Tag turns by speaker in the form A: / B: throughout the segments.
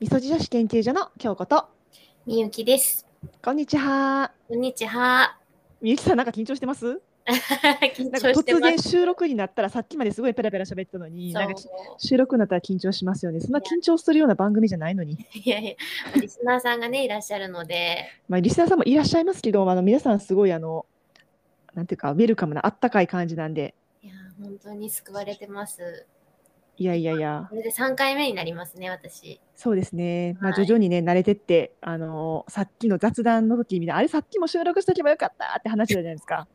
A: みそじ女子研究所の京子と
B: みゆきです。
A: こんにちは
B: こん にちは。
A: みゆきさんなんか緊張してます
B: 緊
A: な
B: 張
A: んか
B: して
A: 突
B: ま
A: 然
B: す。
A: 収録になったらさっきまですごいペラペラ喋ったのになんか
B: そう
A: 収録になったら緊張しますよねそんな緊張するような番組じゃないのに
B: いやいや、リスナーさんがね、いらっしゃるので、
A: まあ、リスナーさんもいらっしゃいますけど、あの皆さんすごいあの、なんていうか、ウェルカムなあったかい感じなんで、
B: いや、本当に救われてます。
A: いやいやいや
B: こ、れで3回目になりますね、私。
A: そうですね、まあ、
B: は
A: 徐
B: い
A: 々にね、慣れてって、あのさっきの雑談の時みたいな、あれさっきも収録しとけばよかったって話したじゃないです か。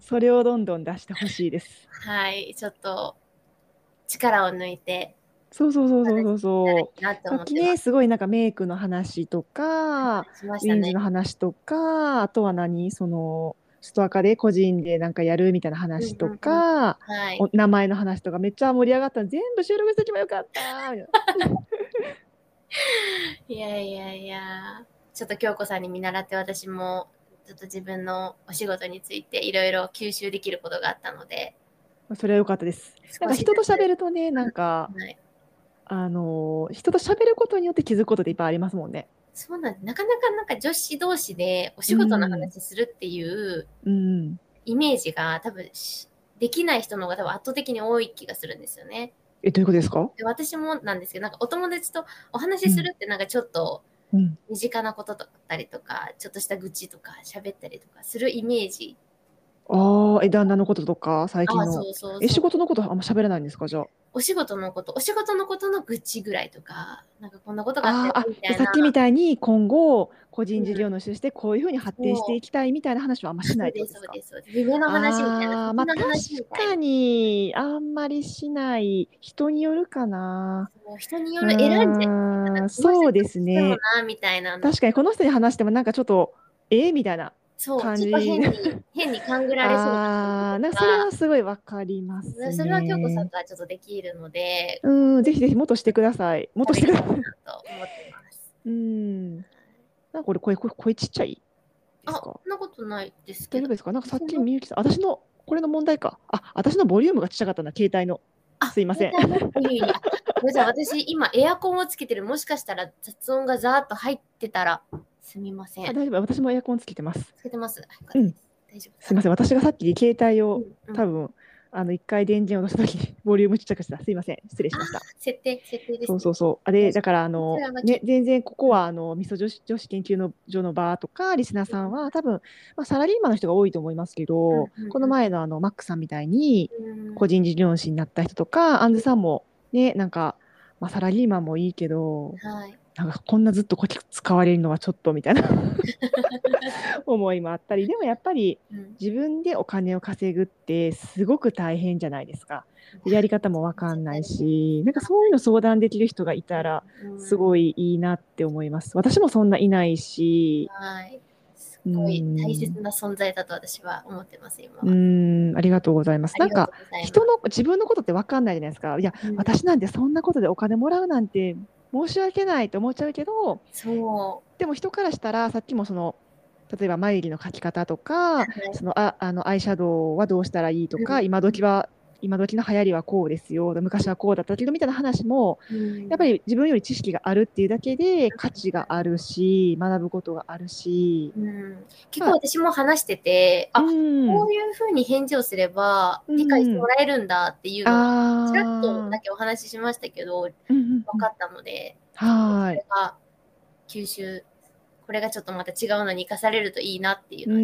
A: それをどんどん出してほしいです。
B: はい、ちょっと力を抜いて
A: そうそうそうそうそう
B: いただ
A: そう。
B: きたいなと
A: さ
B: 思
A: っ
B: っ
A: き
B: てま
A: ね、すごいなんかメイクの話とか、
B: す。しま
A: ウ
B: し
A: ィ
B: た
A: ンズ
B: ね
A: の。話とか、あとは何、その、ストアカで個人でなんかやるみたいな話とか、
B: うんはい
A: お。名前の話とかめっちゃ盛り上がったの全部収録しとけばよか ったみたい
B: いやいやいや、ちょっと京子さんに見習って、私もちょっと自分のお仕事についていろいろ吸収できることがあったので、
A: なそれは良かったですなんか人と喋るとねなんか
B: はい
A: あのー人と喋ることによって気づくことっていっぱいありますもんね
B: そうなんです。なかなかなんか女子同士でお仕事の話するっていう
A: うん
B: イメージが多分しできない人の方が多分圧倒的に多い気がするんですよね。
A: えどういうことですか
B: で私もなんですけど、なんかお友達とお話しするってなんかちょっと
A: うん
B: 身近なことだったりとか、ちょっとした愚痴とか喋ったりとかするイメージ。
A: ああえ旦那のこととか最近
B: ああ、
A: の
B: そうそう
A: え
B: そ
A: 仕
B: う。
A: 事のことあんま喋らないんですかじゃあ
B: お仕事のこと、お仕事のことの愚痴ぐらいとか、なんかこんなことがあ
A: あー
B: っ
A: あ
B: たよみたい
A: さ
B: な。
A: っきみたいに今後個人事業主としてこういうふうに発展していきたいみたいな話はあんましないって
B: そう
A: こ
B: で
A: と
B: す、
A: ですか
B: そうです、そうです。夢の話みたいな、
A: あー
B: 先
A: まあ
B: の
A: 確
B: 話みたい
A: か
B: な。
A: にあんまりしない人によるかな
B: もう人による選んで
A: うーんそうですね。
B: なみたいなの
A: 確かにこの人に話してもなんかちょっとえー、みたいな。
B: そう
A: 感じ
B: ちょっと変に変に勘ぐられそう
A: ああー、なん
B: な
A: かそ
B: 人と
A: れ
B: か
A: はすごいわかります
B: それ
A: ね。
B: それは京子さんとはちょっとできるので
A: うん、ぜひぜひもっとしてください。もっとしてください。
B: なと思ってます。
A: うん。なんかこれ声声声ちっちゃいです
B: あ
A: か
B: そんなことないです
A: 大
B: け
A: 丈夫
B: ど
A: ですかなんかさっ
B: 私
A: き
B: の
A: みゆきさん、私のこれの問題か。あ、私のボリュームがちっちゃかったな、携帯の。すいません。
B: 携帯のいやいやごめんなさい私今エアコンをつけてるもしかしたら雑音がザーッと入ってたらすみませ
A: あ
B: ん
A: 大丈夫、私もエアコンつけてます。
B: つけてますあよかった
A: うん
B: です大丈夫です
A: いません、私がさっき携帯を
B: うんう
A: 多
B: ん
A: 分、あの、一回電源を落としたとき、 ボリュームちっちゃくした。すいません、失礼しました。
B: 設定設定ですね
A: そうそうそう。あれ、
B: 確か
A: だから、あの
B: こちらが、き
A: ね、全然ここは、あの、みそ女子女子研究の所の場とか、リスナーさんは、多分、まあ、サラリーマンの人が多いと思いますけ
B: うん
A: ど
B: うんうん、
A: この前の、あの、マックさんみたいに、
B: うん
A: 個人事業主になった人とか、アンズさんも、ね、なんか、まあ、サラリーマンもいいけど、
B: はい
A: なんか、こんなずっとこき使われるのはちょっと、みたいな 思いもあったり、でもやっぱり、
B: うん
A: 自分でお金を稼ぐってすごく大変じゃないですか。やり方もわかんないし、なんかそういうの相談できる人がいたら、
B: うん
A: すごいいいなって思います。私もそんないないし、
B: はい。すごい
A: うん
B: 大切な存在だと私は思ってます、今は。
A: うーん、ありがとうございます。
B: あ
A: なん
B: りが
A: か
B: と、うございます
A: 人の、自分のことってわかんないじゃないですか。いや、
B: うん
A: 私なんてそんなことでお金もらうなんて申し訳ないと思っちゃうけど、
B: そ
A: でも人からしたら、さっきもその、例えば眉毛の描き方とか、
B: う。
A: そのああのアイシャドウはどうしたらいいとか、
B: うん
A: 今時は今時の流行りはこうですよ昔はこうだったけどみたいな話もやっぱ
B: り、
A: り自分より知識があるっていうだけで価値があるし学ぶことがあるし、
B: うん結構私も話してて、あ、
A: うん、
B: こういうふうに返事をすれば
A: うん
B: 理解してもらえるんだっていうのを、
A: あ
B: ちらっとだ
A: ー
B: けお話ししましたけど、分
A: うんうんうん
B: かったので、
A: はーい
B: これが吸収、これがちょっとまた違うのに生かされるといいなっていう
A: う
B: のは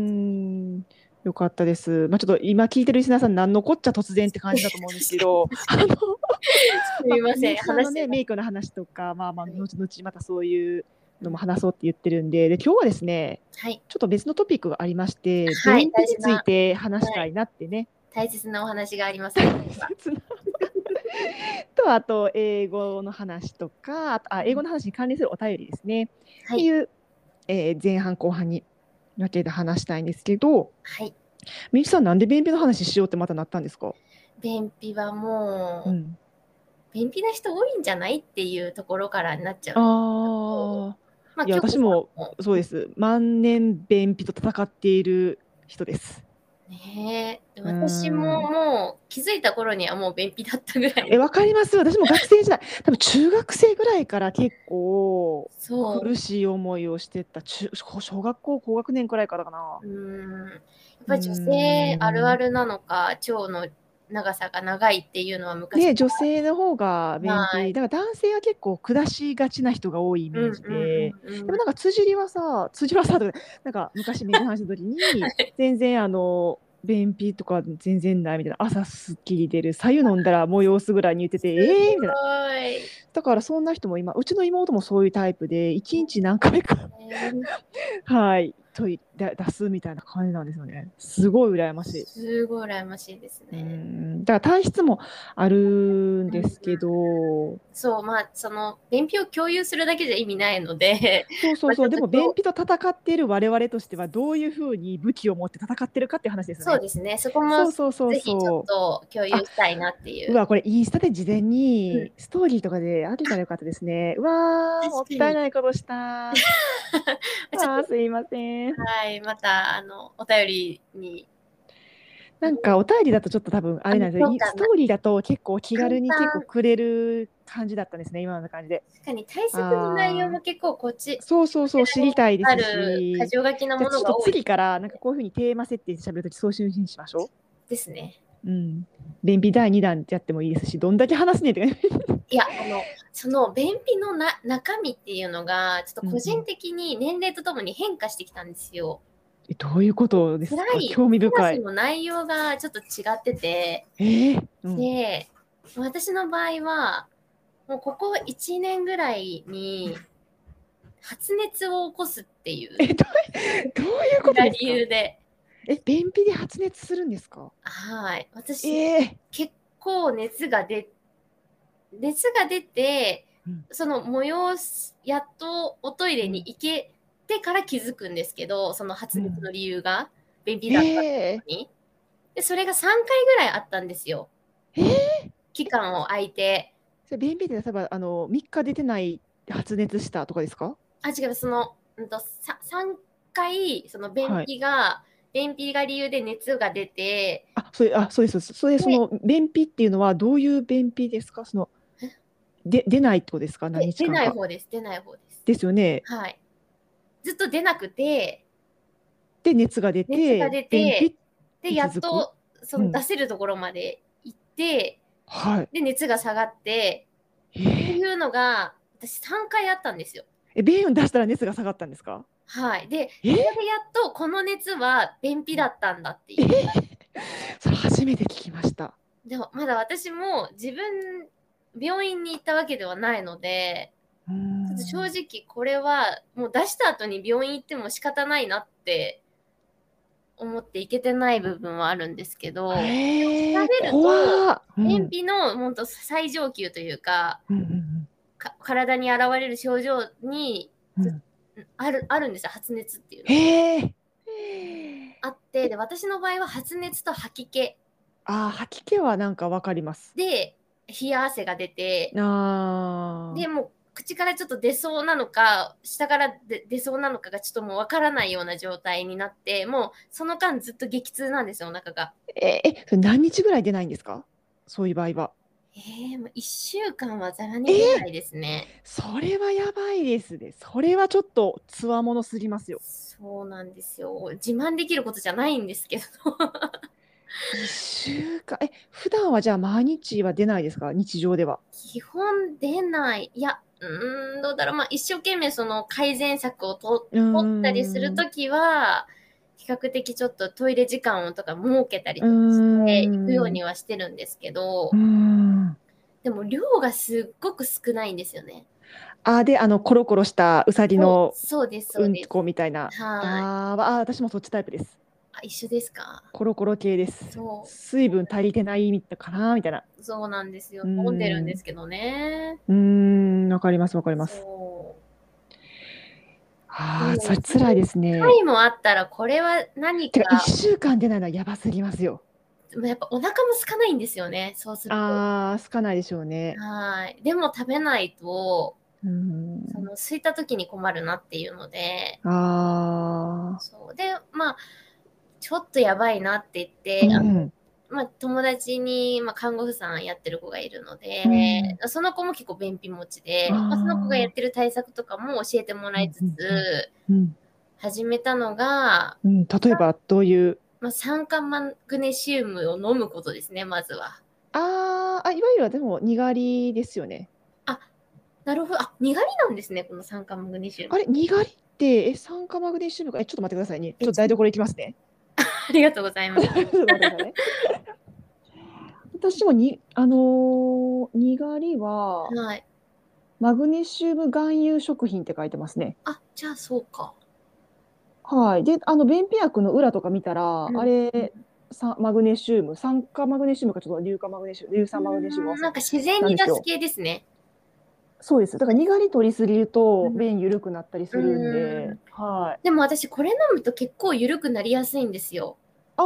A: ーんよかったです、まあ、ちょっと今聞いてるリスナーさん何のこっちゃ突然って感じだと思うんですけどあの
B: すみません、
A: あの
B: 話して
A: ね、
B: た
A: メイクの話とか、まあまあ、
B: はい
A: 後々またそういうのも話そうって言ってるんで、で、今日はですね、
B: はい、
A: ちょっと別のトピックがありまして、
B: はい
A: 便利について話したいなってね。
B: 大切なお話がありますね。 今
A: と、あと、英語の話とか、あとあ英語の話に関連するお便りですね。
B: はい
A: っていう、えー前半後半に分けて話したいんですけど、
B: はい。
A: みゆきさん、なんで便秘の話しようってまたなったんですか、
B: 便秘はもう、
A: うん、
B: 便秘な人多いんじゃないっていうところからになっちゃう。
A: ああ、
B: まあ
A: いや
B: 京子
A: 私
B: さん
A: もそうです。万年便秘と戦っている人です。
B: ねえ。
A: うん
B: 私ももう気づいた頃にはもう便秘だったぐら
A: え、
B: い。
A: わかります。私も学生時代、多分中学生ぐらいから結構
B: そう。
A: 苦しい思いをしてた。中小小学校高学年くらいからかな。
B: うん。やっぱり女性あるあるなのか、腸の長さが長いっていうのは昔
A: ね、女性の方が便
B: は
A: 秘。だから男性は結構下しがちな人が多いイメージで。
B: うんうんうんうん、
A: でもなんか辻りはさ、辻りはさ、とかなんか昔メイク話した時に、全然あの、便秘とか全然ないみたいな、朝すっきり出る、左右飲んだら催すぐらいに言ってて、ええー、みたいな。だからそんな人も今、うちの妹もそういうタイプで、一日何回か
B: すごいね
A: はい、といだ出すみたいな感じなんですよね。すごい羨ましい。
B: すごい羨ましいです
A: う
B: ね。
A: んだから体質もあるんですけど、
B: そう、まあ、その、便秘を共有するだけじゃ意味ないので、
A: そうそうそう、でも
B: まあちょ
A: 便
B: っ
A: 秘と戦っている我々としては、どういうふうに武器を持って戦ってるかっていう話ですよね。
B: そうですね、そこ
A: そ
B: も
A: うそうそう
B: ぜひちょ
A: そ。
B: っと共有したいなっていう
A: う
B: う。
A: わ、これインスタで事前
B: う
A: に
B: ん
A: ストーリーとかであげたらよかったですね。うわー、もっ
B: 確かに
A: たいないこと した。あーすいません。
B: はい、また、あの、お便りに。
A: なんかお便りだとちょっと多分あれなんですよ
B: あそ
A: いう
B: かな
A: ストーリーだと結構気軽に
B: 簡単
A: 結構くれる感じだったんですね、今の感じで。
B: 確かに、対策の内容も結構こっち、
A: そうそうそう、知りたいで
B: あ
A: す
B: る
A: し。
B: 箇条書きの
A: じゃ
B: も
A: あちょ
B: の
A: っ
B: が
A: と
B: 多い
A: 次からなんかこういうふうにテーマ設定で喋るときそういうふうにしましょ
B: ですね。
A: う。うん。便秘第2弾ってやってもいいですし、どんだけ話すねんって 感じ。
B: いや、あの、その、便秘のな中身っていうのが、ちょっと個人的に年齢とともに変化してきたんですよ。
A: えどういうことですか
B: 辛い
A: 興味深
B: 話
A: い。
B: の内容がちょっと違ってて、
A: えーうん
B: で、私の場合は、もうここ1年ぐらいに、発熱を起こすっていう
A: えどうどういうことです
B: 理
A: か
B: 由で、
A: え、便秘で発熱するんですか
B: はい、私、
A: ええ
B: 結構熱が出、熱が出て
A: うん、
B: その催す、やっとおトイレに行けてから気づくんですけど、その発熱の理由が、便秘だったの
A: え
B: に。で、それが3回ぐらいあったんですよ。
A: えー
B: 期間を空いて。
A: それ便秘って例えばあの3日出てない発熱したとかですか
B: あ、違う、その、うんと、さ3回、その便秘が、便秘が理由で熱が出て、
A: あ、それ、あ、そうです。それ、その便秘っていうのはどういう便秘ですか。その。で、出ないってことですか。何
B: で
A: 日
B: 出
A: 間
B: ない
A: か。
B: 方です、出ない方です。
A: ですよね。
B: はい。ずっと出なくて、
A: で、熱が出て。
B: 熱が出て
A: 便秘。
B: で、
A: いつ
B: やっと、そうの
A: ん
B: 出せるところまで行って、
A: はい。
B: で、熱が下がって、
A: え
B: って
A: ー
B: いうのが、私3回あったんですよ。
A: え、便を出したら熱が下がったんですか。
B: はい。で、
A: え
B: ここでやっと、この熱は便秘だったんだっていう。
A: それ初めて聞きました。
B: でも、まだ私も自分、病院に行ったわけではないので、
A: うーん
B: ちょっと正直これはもう出した後に病院行っても仕方ないなって思っていけてない部分はあるんですけど、
A: え
B: 調
A: ー
B: べると
A: 怖っうん
B: 便秘の本当最上級というか
A: うんうん
B: か体に現れる症状に
A: うんうん
B: あるあるんですよ発熱っていうのが
A: へえ。
B: あってで私の場合は発熱と吐き気
A: あー、吐き気はなんかわかります。
B: で冷や汗が出て
A: あー
B: でもう口からちょっと出そうなのか下からで出そうなのかがちょっともうわからないような状態になってもうその間ずっと激痛なんですよお腹が。
A: えー、え、それ何日ぐらい出ないんですか。そういう場合は。
B: ええもう一週間はざらに出ないですね。
A: それはやばいですね。それはちょっとつわものすぎますよ。
B: そうなんですよ。自慢できることじゃないんですけど。
A: 一週間。え、普段はじゃあ毎日は出ないですか日常では。
B: 基本出ない。いや、うーん、どうだろう。まあ、一生懸命その改善策をと
A: うーん
B: 取ったりするときは、比較的ちょっとトイレ時間をとか設けたりとかして
A: うーん
B: いくようにはしてるんですけど
A: うー、ん。
B: でも量がすっごく少ないんですよね。
A: あ、で、あの、コロコロしたうさぎの
B: そうです、そううんです。
A: こみたいな。
B: はい。
A: あーあー、私もそっちタイプです。
B: あ、一緒ですか
A: コロコロ系です。
B: そう。
A: 水分足りてないみたいかなみたいな。
B: そうなんですよ。
A: うん
B: 飲んでるんですけどね。
A: うーん、わかります、わかります。
B: そう
A: ああ、
B: そう
A: それ辛いですね。
B: 回もあったらこれは何
A: て
B: か
A: か、一週間出ないのはやばすぎますよ。
B: でもやっぱお腹も空かないんですよねそうするとは
A: ああ、すかないでしょうね。
B: いでも食べないと
A: うーん。
B: その空いた時に困るなっていうので
A: ああ。
B: そうでまあちょっとやばいなって言って、あのまあ、友達に、まあ、看護婦さんやってる子がいるので、その子も結構便秘持ちで、
A: あー
B: まあ、その子がやってる対策とかも教えてもらいつつ、
A: うんうんうん
B: 始めたのが、
A: うん、例えばどういう
B: まあ、酸化マグネシウムを飲むことですねまずは。
A: あーあいわゆるでもにがりですよね
B: なるほどあにがりなんですねこの酸化マグネシウム。
A: あれにがりってえ酸化マグネシウムかえちょっと待ってくださいねちょっと台所行きますね
B: ありがとうございます。
A: ちょっと待ってくださいね私もにあのーにがりは
B: はい、
A: マグネシウム含有食品って書いてますね
B: あじゃあそうか。
A: はいであの便秘薬の裏とか見たら、
B: うん
A: あれさマグネシウム酸化マグネシウムかちょっと硫化マグネシウム硫酸マグネシウム
B: うんなん
A: は
B: か自然に出す系ですね。
A: そうですだからにがり取りすぎると
B: うん
A: 便緩くなったりするんで、
B: う
A: はい
B: でも私これ飲むと結構緩くなりやすいんですよ。
A: あ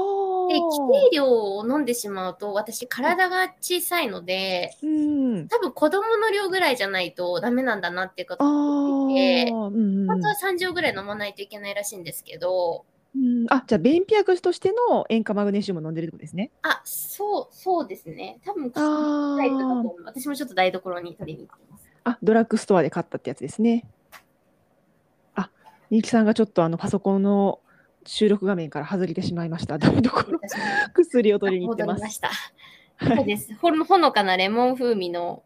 B: で、規
A: ー
B: 定量を飲んでしまうと、私、体が小さいので、
A: うん
B: 多分子供の量ぐらいじゃないとダメなんだなっていう
A: あ
B: 方、
A: ー
B: で
A: うんうん
B: 本当は3錠ぐらい飲まないといけないらしいんですけど、
A: うんあじゃあ便秘薬としての塩化マグネシウムを飲んでるってことですね。
B: あ、そう、そうですね。多分、薬
A: あ
B: タイプだと思う。私もちょっと台所に取りに行ってます。
A: あドラッグストアで買ったってやつですね。あみゆきさんがちょっとあのパソコンの収録画面から外れてしまいま した。台所
B: 私
A: 薬を 取りに
B: も
A: 行って
B: 戻り
A: ま。
B: ますした。
A: はい
B: そうです。ほのほのかなレモン風味の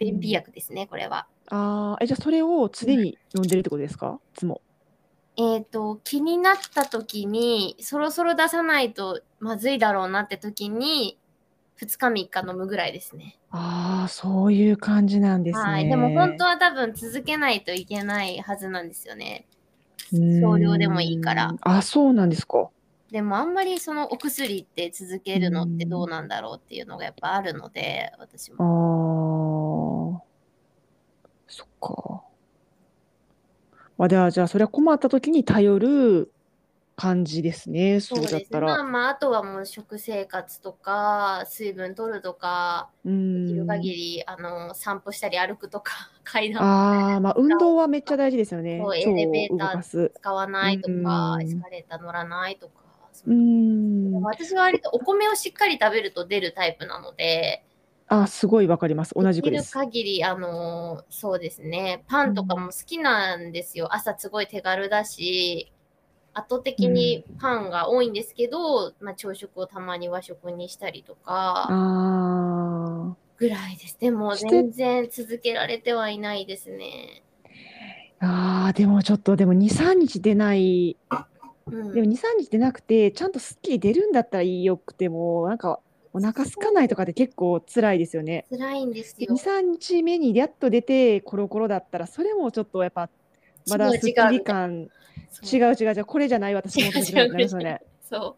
B: 便秘薬ですね、これは。
A: あーえじゃあそれを常に飲んでるってことですか？いつも。
B: えっ、と、気になった時に、そろそろ出さないとまずいだろうなって時に、2日3日飲むぐらいですね。
A: ああそういう感じなんですね。
B: はい。でも本当は多分続けないといけないはずなんですよね。
A: うん
B: 少量でもいいから。
A: あそうなんですか。
B: でもあんまりそのお薬って続けるのってどうなんだろうっていうのがやっぱあるので、私
A: あ
B: も。
A: ーそっか。まあ、では、じゃあ、それは困った時に頼る感じですね。そ
B: そうう
A: だっ
B: です
A: た
B: ね。まあ
A: ら。
B: まあ、あとはもう食生活とか、水分取るとか、
A: う
B: できる
A: ん。
B: 限り、あの、散歩したり歩くとか、 階段
A: あ あ、まあ、運動はめっちゃ大事ですよね。
B: そう
A: 腸を
B: エレベーター
A: 動かす。
B: 使わないと
A: う
B: か、
A: ん
B: エスカレーター乗らないとか。そうの
A: ん。
B: 私は割とお米をしっかり食べると出るタイプなので、
A: あ、すごいわかります。同じくで
B: き
A: す。
B: る限り、あのーそうですね、パンとかも好きなんですよ。朝すごい手軽だし、圧倒的にパンが多いんですけど、まあ、朝食をたまに和食にしたりとか
A: あ
B: ぐらいです。でも
A: して
B: 全然続けられてはいないですね。
A: あ。ああ、でもちょっと、でも2、3日出ない。
B: うん、
A: でも2、3日出なくて、ちゃんとすっきり出るんだったらいいよくても、なんか、お腹空かないとかって結構辛いですよね。
B: 辛いんです
A: で
B: よ。
A: 23日目にやっと出てコロコロだったらそれもちょっとやっぱまだ
B: 違う
A: スッキリ感違う
B: 違う。
A: 違う違うこれじゃない私も
B: 違う
A: 私もなり ますよね。
B: そ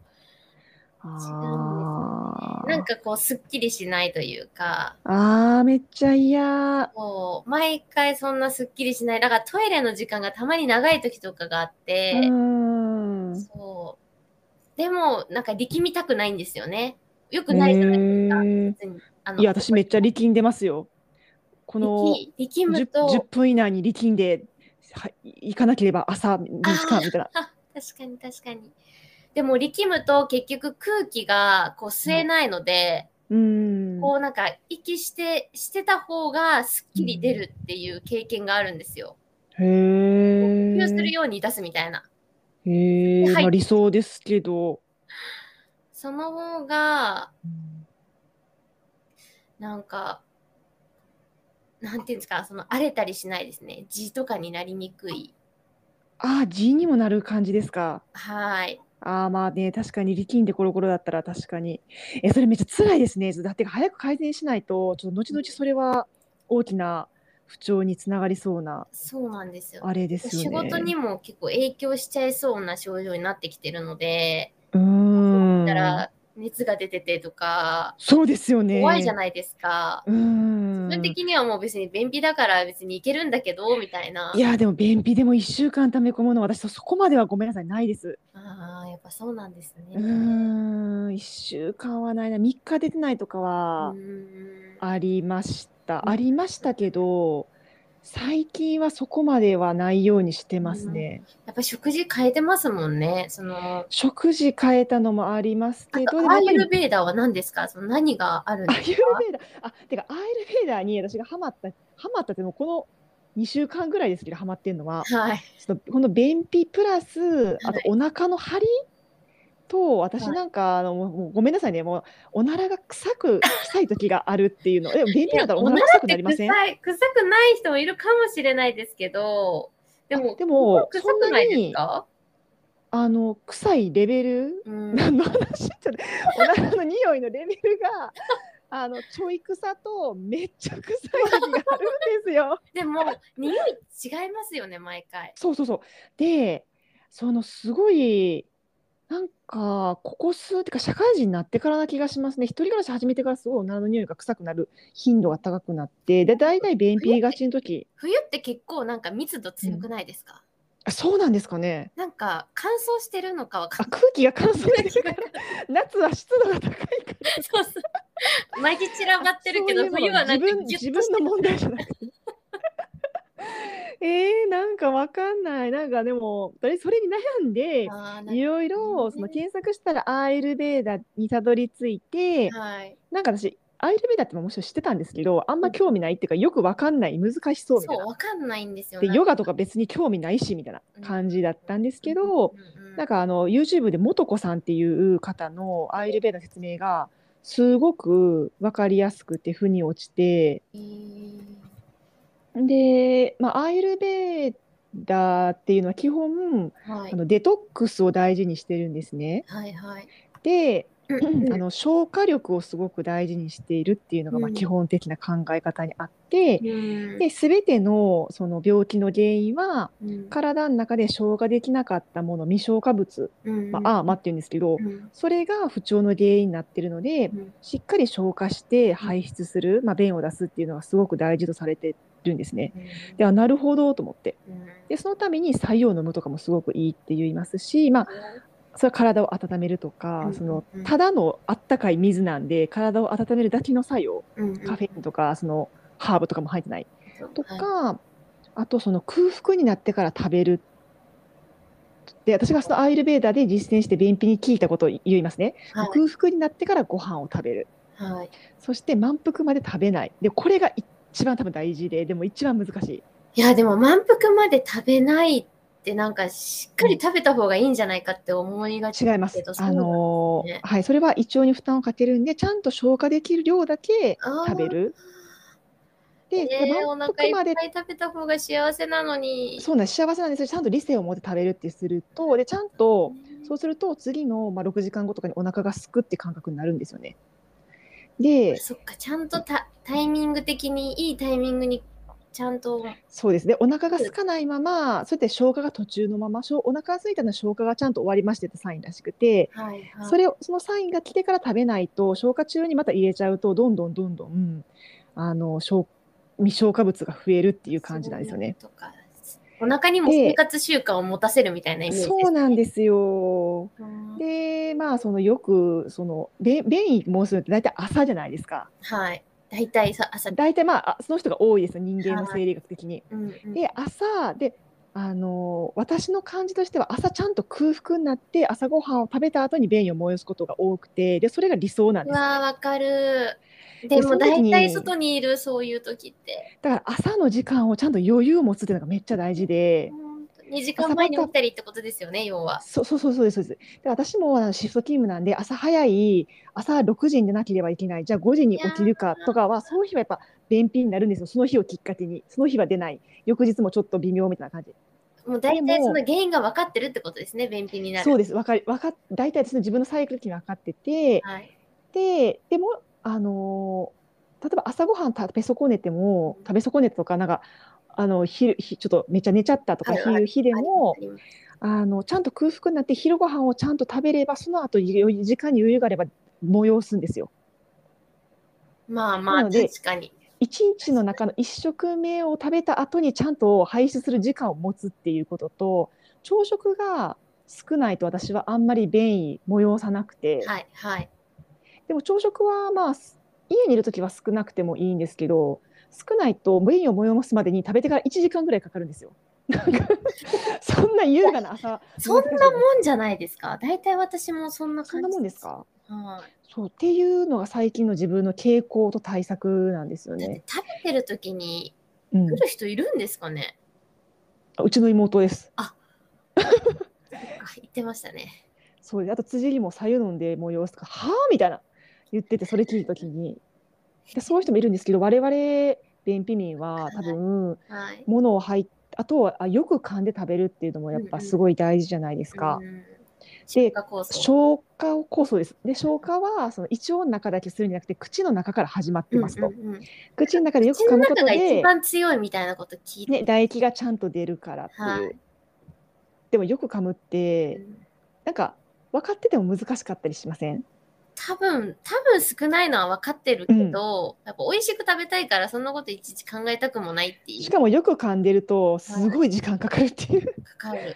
B: う。
A: あ
B: なんかこう、すっきりしないというか、
A: ーあーめっちゃ嫌
B: もう毎回そんなすっきりしない。だからトイレの時間がたまに長い時とかがあっ
A: う
B: て、
A: んへ
B: そう。でも、なんか力みたくないんですよね。よくないじゃないですか。
A: ー
B: 別にあの
A: いや私めっちゃ力んでますよこの
B: 力
A: 10,
B: 力むと、
A: 10分以内に力んでは行かなければ朝に時間みたいな
B: 確かに確かに。でも力むと結局空気がこう吸えないので、
A: うん
B: こうなんか息して、してた方がすっきり出るっていう経験があるんですよ。
A: へ
B: 呼
A: え
B: 吸するように出すみたいな。
A: へえ、
B: はい
A: まあ、理想ですけど、
B: その方が、なんか、なんていうんですか、その荒れたりしないですね。痔とかになりにくい。
A: ああ、G にもなる感じですか。
B: はい。
A: ああ、まあね、確かに力んでコロコロだったら確かに。え、それめっちゃ辛いですね。だって早く改善しないと、ちょっと後々それは大きな不調につながりそうな、
B: そうなんですよ。
A: あれですよ
B: 仕事
A: ね。
B: にも結構影響しちゃいそうな症状になってきてるので、
A: うーん。
B: だから熱が出ててとか、
A: そうですよね。
B: 怖いじゃ
A: ない。
B: ないですか。
A: うーん。
B: 自分的にはもう別に便秘だから別にいけるんだけど、みたいな。
A: いや、でも便秘でも1週間溜め込むの、私そこまではごめんなさい、ないです。
B: ああ、やっぱそうなんですね。
A: うーん、1週間はないな、3日出てないとかは。
B: うん
A: ありました。
B: うん
A: ありましたけど、最近はそこまではないようにしてますね。
B: やっぱ食事変えてますもんね。その、
A: 食事変えたのもあります
B: あ
A: け
B: と
A: ど、でも
B: ア
A: やっ
B: ー
A: ぱり
B: ユルベーダーは何ですかその何があるん
A: ア
B: で
A: ー
B: す
A: ユ
B: か
A: ルベーダーあてかアーユルベーダーに私がハマったハマったってもうこの2週間ぐらいですけどハマってんのは
B: はい。
A: そのこの便秘プラスあとお腹の張りと私
B: はい
A: なんかあのもうもうごめんなさいねもうおならが臭く臭い時があるって いうのでも便秘だったらおなら臭くなりません
B: いやおならって臭い臭くない人もいるかもしれないですけど、でも、
A: でも
B: 臭くないですか
A: あの臭いレベル
B: うん。
A: 何の話ちょっとおならの匂いのレベルがあのちょい臭とめっちゃ臭い時があるんですよ。
B: でも、匂い違いますよね、毎回。
A: そうそうそう。で、そのすごい、なんか、ここ数、てか社会人になってからな気がしますね。一人暮らし始めてからすごいおならの匂いが臭くなる頻度が高くなって、で、大体便秘がちの時、
B: 冬って結構なんか密度強くないですか、
A: あ、そうなんですかね。
B: なんか乾燥してるのかわか
A: あ、
B: ん
A: 空気が乾燥してる から、夏は湿度が高いから。
B: ない。そうそう。毎日散らばってるけど、
A: そうい
B: 冬
A: うもの
B: はなんか
A: 自分
B: ギュ
A: 自
B: ッとし
A: 分
B: て
A: の問題じゃなくて。 えー、なんかわかんない。なんかでも、とりあえずそれに悩んで、
B: あーない
A: ろいろその検索したらアーユルベーダにたどり着いて、
B: はい。
A: なんか私アーユルベーダってももちろん知ってたんですけどあんま興味ないっていうかよくわかんない難しそうみたい
B: そう、
A: な
B: わかんないんですよ。
A: でヨガと
B: か
A: か別に興味ないしみたいな感じだったんですけど、
B: うんうん
A: なんかあの YouTube でもとこさんっていう方のアーユルベーダの説明がすごくわかりやすくて腑に落ちて
B: えー
A: で、まあ、アーユルベーダっていうのは基本
B: はい
A: あ。のデトックスを大事にしてるんですね。
B: はいはい。
A: で
B: うん
A: あの消化力をすごく大事にしているっていうのがまあ
B: うん
A: 基本的な考え方にあって、
B: うん
A: で全てのその病気の原因は
B: うん
A: 体の中で消化できなかったもの未消化物、
B: うん
A: まあ、アーマっていうんですけど、
B: うん
A: それが不調の原因になってるので
B: うん
A: しっかり消化して排出する、まあ、便を出すっていうのがすごく大事とされてるんですね。であなるほどと思って
B: うん
A: でそのために白湯を飲むとかもすごくいいって言いますし、まあ、それは体を温めるとか、
B: うん
A: その
B: うん
A: ただのあったかい水なんで体を温めるだけの作用
B: うん
A: カフェインとかそのハーブとかも入ってないとか、
B: は
A: あとその空腹になってから食べるで私がそのアイルベーダーで実践して便秘に効いたことを言いますね、
B: はい
A: 空腹になってからご飯を食べる
B: いはい
A: そして満腹まで食べないでこれが一番多分大事ででも一番難しい
B: いやでも満腹まで食べないってなんかしっかり食べた方がいいんじゃないかって思いがち
A: 違います
B: けど。そう
A: あ
B: なんですね
A: のーはい、それは胃腸に負担をかけるんで、ちゃんと消化できる量だけ
B: あー
A: 食べる。で、
B: えー、お
A: 満
B: 腹い
A: 腹ま
B: っ
A: で
B: ぱい食べた方が幸せなのに。
A: そうなんです幸せなんですよちゃんと理性を持って食べるってすると、でちゃんとそうすると次のまあ6時間後とかにお腹がすくって感覚になるんですよね。で、
B: そっか、ちゃんとたタイミング的にいいタイミングにちゃんと。
A: そうですね。お腹が空かないまま、そうやって消化が途中のまま、しょうお腹が空いたのは消化がちゃんと終わりましてってサインらしくて、
B: はいはい。
A: それをそのサインが来てから食べないと消化中にまた入れちゃうとどんどんどんどん、うんあの消未消化物が増えるっていう感じなんですよね。
B: そういうことか。お腹にも生活習慣を持たせるみたいなイメージです、
A: そうなんですよ。
B: うん
A: でまあそのよくそのべ便意申すのって大体朝じゃないですか。
B: はい。大体さ、朝。
A: 大体まああその人が多いですよ人間の生理学的に。
B: うんうん
A: で朝であの私の感じとしては朝ちゃんと空腹になって朝ごはんを食べた後に便意を催すことが多くてでそれが理想なん
B: う
A: ですよ
B: わー、わかる。
A: で
B: で
A: そ
B: も
A: の時
B: 大
A: に
B: 体外にいる、そういう時って。
A: だから朝の時間をちゃんと余裕を持つっていうのがめっちゃ大事で。
B: 2時間前に起きたりってことですよね、要は。
A: そうそうそうそうですそうです。で私もあのシフト勤務なんで朝早い朝6時に出なければいけないじゃあ5時に起きるかとかはその日はやっぱ便秘になるんですよその日をきっかけにその日は出ない翌日もちょっと微妙みたいな感じ
B: もう大体
A: でも
B: その原因が分かってるってことですね、便秘になる。
A: そう
B: で
A: ですわかりわかっ大体ですね自分のサイクル的に分かってて
B: す。はい。
A: ででもあのー例えば朝ごはん食べ損ねても食べ損ねたとかなんかあの昼ひちょっとめっちゃ寝ちゃったとか
B: あるある
A: いう日でも
B: ありますあります
A: あのちゃんと空腹になって昼ご飯をちゃんと食べればその後よ時間に余裕があれば催すんですよ。
B: まあまあ、
A: なので
B: 確かに。
A: 一日の中の一食目を食べた後にちゃんと排出する時間を持つっていうことと朝食が少ないと私はあんまり便意催さなくて、
B: はいはい。
A: でも朝食はまあす家にいる時は少なくてもいいんですけど少ないと無理を催すまでに食べてから1時間ぐらいかかるんですよ。なん かそんな優雅な朝
B: そんなもんじゃないですか。大体私もそんな
A: そ
B: 感
A: ん
B: じ。
A: なもんです。か
B: はい。
A: そうっていうのが最近の自分の傾向と対策なんですよ
B: だっ
A: ね
B: て。食べてる時に
A: うん
B: 来、る人いるんですかね。
A: あうちの妹です。
B: あ、言ってましたね。
A: そうであと辻にも左右飲んで催すとか「はあ?」みたいな言っててそれ聞いた時にでそういう人もいるんですけど我々便秘民は多分
B: はい。
A: 物を入っあとはあよく噛んで食べるっていうのもやっぱすごい大事じゃないですか。
B: うん、消化酵素。
A: 消化をこうそうですで消化はその胃腸の中だけするんじゃなくて口の中から始まってますと、
B: うんうんうん
A: 口の中でよく
B: 口
A: 噛
B: の
A: むこ
B: 中
A: と
B: が一
A: で、
B: 番強いみたいなこと聞いて。
A: ね、唾液がちゃんと出るからっていう、
B: はい
A: でもよく噛むっ
B: う
A: て
B: ん
A: なんか分かってても難しかったりしません
B: 多分、多分少ないのは分かってるけど、やっぱ美味しく食べたいから、そんなこといちいち考えたくもないってい
A: し
B: う。
A: かもよく噛んでるとすごい時間かかるっていう、
B: かかる。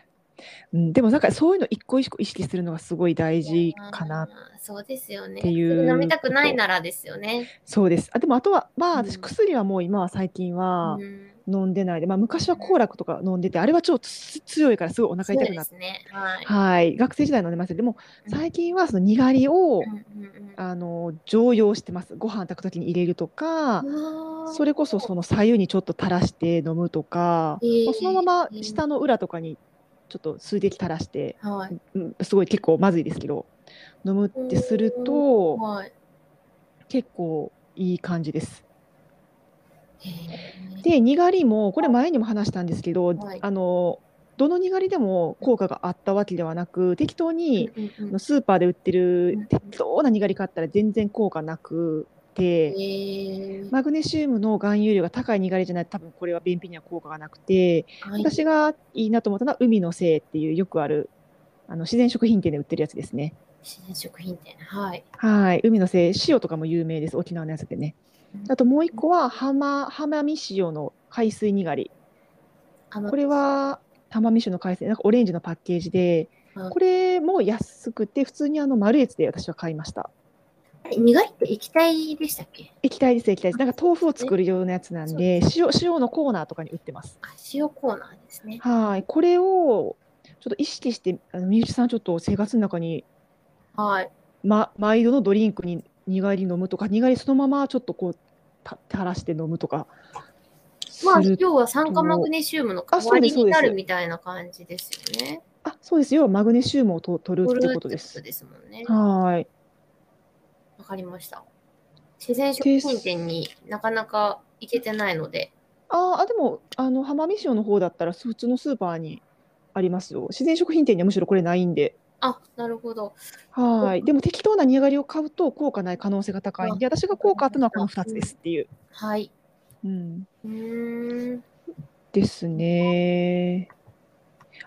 A: うん、でもなんかそういうの一個一個意識するのがすごい大事かな
B: あーそうですよ
A: っ
B: ね。
A: ていう
B: 薬飲みたくないならですよね。
A: そうですあでもあとはまあ
B: うん
A: 私薬はもう今は最近は
B: うん
A: 飲んでないで、まあ、昔はコーラとか飲んでてあれはちょっとつ強いからすごいお腹
B: そう
A: 痛く
B: で
A: なって
B: すね。はい。
A: はい、学生時代飲んでましたでも
B: うん
A: 最近はそのにがりを、
B: うんうん
A: あの常用してますご飯炊く時に入れるとか、
B: うん
A: それこそその左右にちょっと垂らして飲むとか、
B: えー
A: もうそのまま下の裏とかにちょっと水滴垂らして、
B: はい。
A: うん、すごい結構まずいですけど飲むってすると
B: はい。
A: 結構いい感じです。
B: へー
A: でにがりもこれ前にも話したんですけど、
B: はい
A: あのどのにがりでも効果があったわけではなく適当に
B: うんうんう
A: の
B: ん
A: スーパーで売って
B: うん
A: る適当なにがり買ったら全然効果なくて、
B: へー
A: マグネシウムの含有量が高いにがりじゃないと多分これは便秘には効果がなくて、
B: はい
A: 私がいいなと思ったのは海のせいっていうよくあるあの自然食品店で売ってるやつですね。
B: 自然食品店。はい。
A: はい海のせい塩とかも有名です沖縄のやつでね
B: うん。
A: あともう一個は浜浜見塩の海水にがり
B: あの
A: これは浜見塩の海水なんかオレンジのパッケージで
B: うん
A: これも安くて普通にあの丸越で私は買いました。
B: あれ苦いって液体でしたっけ
A: 液体です液体です。なんか豆腐を作るようなやつなんで、塩塩のコーナーとかに売ってます。
B: あ塩コーナーですね。
A: はい、これをちょっと意識して、あのみゆきさんちょっと生活の中に
B: はい。
A: ま毎度のドリンクににがり飲むとか、にがりそのままちょっとこうた垂らして飲むとか。
B: まあ、
A: する
B: 要は酸化マグネシウムの代わ
A: あ
B: り
A: そうです
B: にな
A: そうです
B: るみたいな感じですよね。
A: あ、そうですよ。マグネシウムをと取るっていうことで
B: 取
A: す
B: る。ってことですもんね。
A: はい。
B: わかりました。自然食品店になかなか行けてないので、
A: あーあ、でもあの浜見塩の方だったら普通のスーパーにありますよ。自然食品店にはむしろこれないんで。
B: あ、なるほど。
A: はい、でも適当なにがりを買うと効果ない可能性が高いんで、私が効果あったのはこの2つですっていう。
B: はい。
A: うん、
B: うーん。
A: ですね。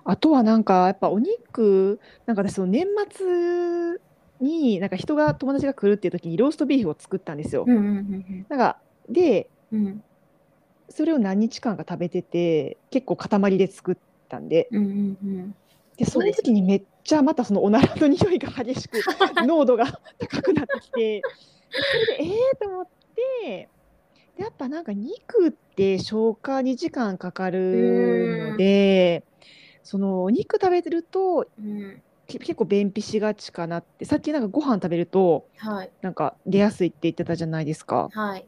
A: あとはなんかやっぱお肉なんか私その年末になんか人が友達が来るっていう時にローストビーフを作ったんですよ。
B: うんうん
A: なんかで
B: うんうん。
A: それを何日間か食べてて結構塊で作ったんで
B: うんうんうん。
A: でその時にめっちゃまたそのおならの匂いが激 しく濃度が高くなってきてそれでええー、と思ってでやっぱなんか肉って消化に時間かかるのでそのお肉食べてると
B: うん。
A: け結構便秘しがちかなってさっきなんかご飯食べると
B: はい。
A: なんか出やすいって言ってたじゃないですか。
B: はい。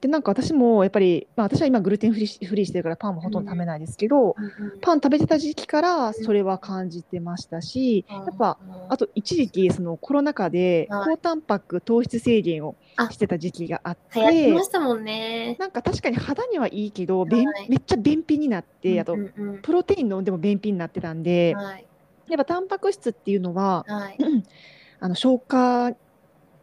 A: でなんか私もやっぱり、まあ、私は今グルテンフリーフリーしてるからパンもほとんど食べないですけど、
B: うんうん
A: パン食べてた時期からそれは感じてましたし、
B: や
A: っぱ、あと一時期そのコロナ禍で
B: は
A: 高
B: い
A: タンパク糖質制限を
B: あ
A: してた時期があっ
B: 流行って
A: て
B: ましたもんね。
A: なんか確かに肌にはいいけど、便
B: はい
A: めっちゃ便秘になってあと
B: うんうん
A: プロテイン飲んでも便秘になってたん
B: う
A: で
B: ん、はい。
A: やっぱタンパク質っていうのは
B: はい。
A: あの消化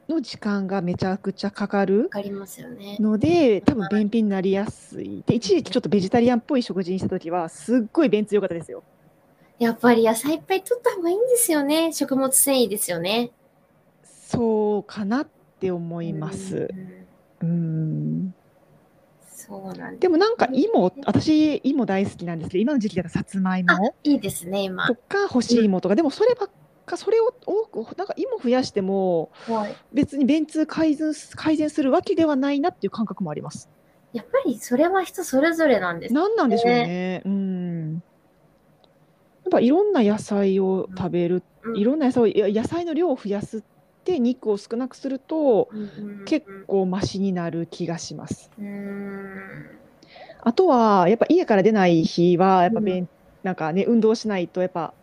A: の時間がめちゃくちゃかかる
B: わ。かりますよね。
A: ので多分便秘になりやすいで一時期ちょっとベジタリアンっぽい食事にした時はすっごい便通良かったですよ
B: やっぱり野菜いっぱい取った方がいいんですよね。食物繊維ですよね。
A: そうかなって思います
B: うんうん。
A: うん
B: そうなんで
A: でもなんか芋、私芋大好きなんですけど、今の時期だとさつまい
B: あ
A: も、
B: いいですね、今
A: と。か干し芋とか、でもそればっか、それを多く、なんか芋増やしても、
B: はい。
A: 別に便通改善す改善するわけではないなっていう感覚もあります。
B: やっぱりそれは人それぞれなんです。
A: 何なんでしょうね。うん。やっぱいろんな野菜を食べる、
B: うん
A: いろんな野菜をいや野菜の量を増やすって肉を少なくすると結構マシになる気がします。
B: 構。うーん。
A: あとはやっぱ家から出ない日はやっぱ
B: うん
A: べん、なんかね運動しないとやっぱ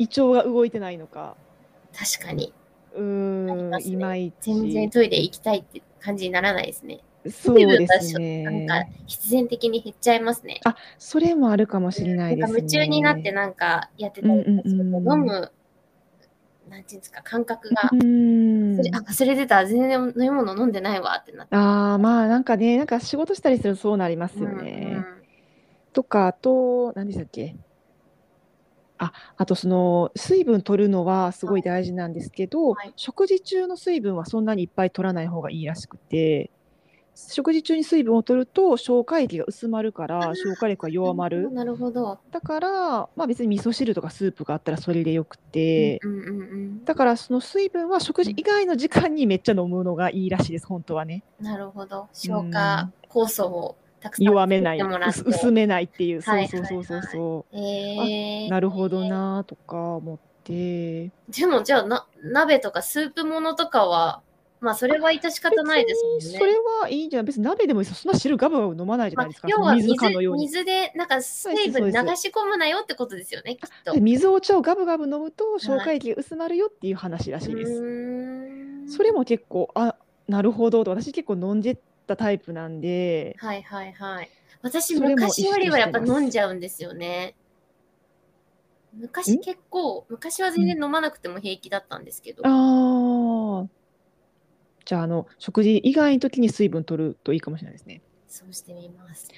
A: 胃腸が動いてないのか、
B: 確かに。
A: う
B: あり
A: ーん、
B: ますね
A: いまいち
B: 全然トイレ行きたいって感じにならないですね。
A: そうです
B: な
A: ね。
B: んか必然的に減っちゃいますね。
A: あ、それもあるかもしれないで
B: なん
A: す
B: か
A: ね。
B: 夢中になってなんかやってたりとかする
A: うん
B: と
A: うんうん
B: 飲む、なんていうんですか、感覚が
A: う、ーん
B: それあ、忘れてた、全然飲み物飲んでないわってなって。
A: ああ、まあなんかね、なんか仕事したりするとそうなりますよ
B: うんう
A: ね。
B: ん
A: とか、あと、何でしたっけあ、あとその、水分取るのはすごい大事なんですけど
B: はい、
A: 食事中の水分はそんなにいっぱい取らない方がいいらしくて、食事中に水分を取ると消化液が薄まるから消化力が弱まる。
B: なるほど。
A: だから、まあ別に味噌汁とかスープがあったらそれでよくて、
B: うんうんうん
A: だからその水分は食事以外の時間にめっちゃ飲むのがいいらしいです、本当はね。
B: なるほど。消化酵素をたくさん
A: 弱めな
B: 作
A: い、
B: ってもらって
A: 薄薄めないっていう、
B: はい
A: そうそうそうそうそ
B: え
A: う。
B: ー
A: なるほどなとか思って。
B: でもじゃあな鍋とかスープものとかはまあそれは致し方ないですもん
A: 別
B: ね。
A: にそれはいいんじゃない別に鍋でもいいですよそんな汁ガブガブ飲まないじゃ
B: ま
A: な
B: あ
A: いですか。
B: 要
A: そ
B: は
A: の
B: 水
A: 水かのように。
B: 水でなんか水分流し込むなよってことですよねきっと。
A: で水お茶をガブガブ飲むと消化液が薄まるよっていう話らしいです。
B: うーん
A: それも結構、あ、なるほどと、私結構飲んじったタイプなんで、
B: はいはいはい。私
A: それも
B: 昔よりはやっぱ
A: 意識してます
B: 飲んじゃうんですよね。昔
A: ん
B: 結構昔は全然飲まなくても平気だったんですけど。
A: ああ。じゃあ、あの、食事以外の時に水分取るといいかもしれないですね。
B: そうしてみます。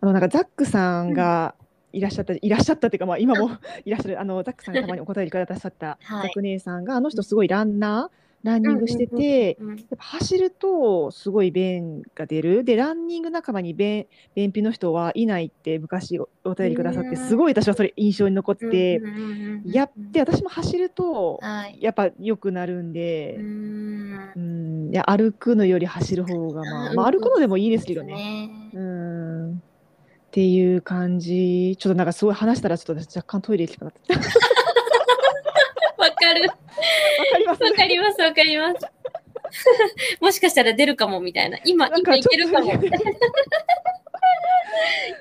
A: あの、なんかザックさんがいらっしゃった、いらっしゃったっていうか、まあ、今も いらっしゃる、あの、ザックさんがたまにお答えくださった、
B: はい
A: ザック姉さんが、あの人すごいランナー、ランニングしてて、
B: うん、
A: やっぱ走るとすごい便が出る。で、ランニング仲間に便、便秘の人はいないって昔おお便りくださって、すごい私はそれ印象に残ってて、
B: うんうんうんうん
A: やって、私も走ると、
B: はい。
A: やっぱ良くなるんで
B: うー、ん
A: うん、いや歩くのより走る方がま
B: あ
A: あ、
B: ー
A: まあ、
B: うん
A: 歩くのでもいいですけ
B: で
A: ど
B: す
A: ね。
B: ね。
A: うんっていう感じ。ちょっとなんかすごい話したらちょっと私若干トイレ行きたくな って。わ
B: わかる。
A: かります。
B: わかります、わかります。 もしかしたら出るかもみたいな。今、
A: なん
B: 今
A: か
B: いけるかも
A: ちょっ。と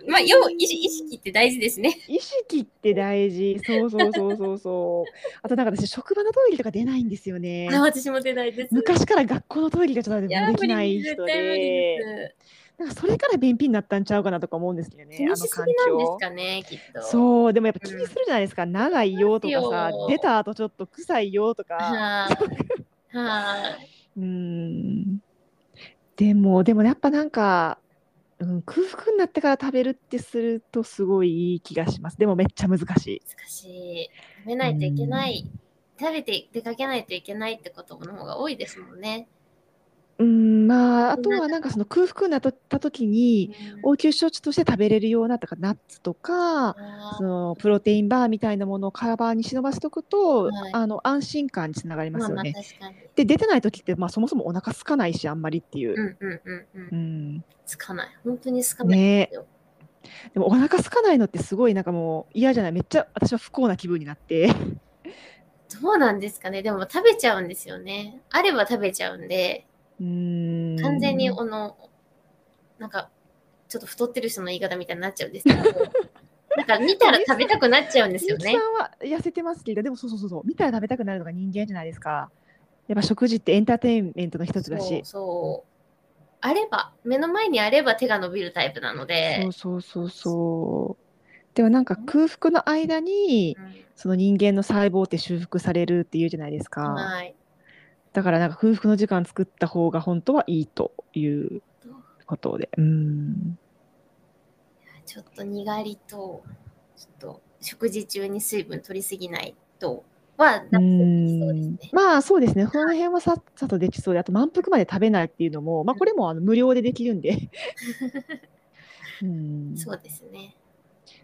B: まあ、要意識意識って大事ですね。
A: 意識って大事。そうそうそうそうそう。あとなんか私職場のトイレとか出ないんですよね。
B: あ、私も出ないです。
A: 昔から学校のトイレがちょっと
B: い
A: で
B: や、
A: もで
B: 無
A: き
B: 理
A: ない
B: 絶
A: 人
B: 対無理
A: で、
B: で
A: なんかそれから便秘になったんちゃうかなとか思うんですけど
B: す。
A: ね。
B: 気にしすぎなんですかね、きっと。
A: そう、でもやっぱ気にするじゃないですか、長いよとかさ
B: そうですよ、
A: 出た後ちょっと臭いよとか。
B: はい。はい。
A: うん。でも、でもやっぱなんか、うん、空腹になってから食べるってするとすごいいい気がします。でもめっちゃ難しい。
B: 難しい。食べないといけない。食べて出かけないといけないってことの方が多いですもんね。
A: うん、まあ、あとはなんかその空腹になった時に、応急処置として食べれるようなとか、ナッツとか、
B: あ
A: そのプロテインバーみたいなものをカバーに忍ばせておくと、
B: はい
A: あの安心感につながり
B: ー
A: ま
B: まあ
A: すよ
B: まあ、
A: ね。
B: 確かに。
A: で出てない時って、まあ、そもそもお腹空かないしあんまりっていう
B: う、んうんうんうん
A: う。ん、
B: つかない。本当につかない。
A: ね
B: よ
A: でもお腹空かないのってすごいなんかもう嫌じゃないめっちゃ私は不幸な気分になって
B: どうなんですかね。でも食べちゃうんですよね。あれば食べちゃうんで、
A: うん
B: 完全にあの、なんか、ちょっと太ってる人の言い方みたいになっちゃうんですけ ど、なんか見たら食べたくなっちゃうんですよ
A: 鈴木
B: ね
A: さ。んは痩せてますけどでもそうそうそうそう見たら食べたくなるのが人間じゃないですかやっぱ食事ってエンターテインメントの一つだ
B: そう
A: し
B: そう。あれば、目の前にあれば手が伸びるタイプなので
A: そう、そうそうそうでもなんか空腹の間に
B: うん
A: その人間の細胞って修復されるっていうじゃないですか
B: はい。
A: だからなんか空腹の時間作った方が本当はいいということでうん
B: ちょっとにがりと、ちょっと食事中に水分取りすぎないとは、
A: う
B: なんそうですね。
A: まあそうですね、この辺はさっさとできそうで、あと満腹まで食べないっていうのも、まあ、これもあの無料でできるん で、うん、
B: そうですね。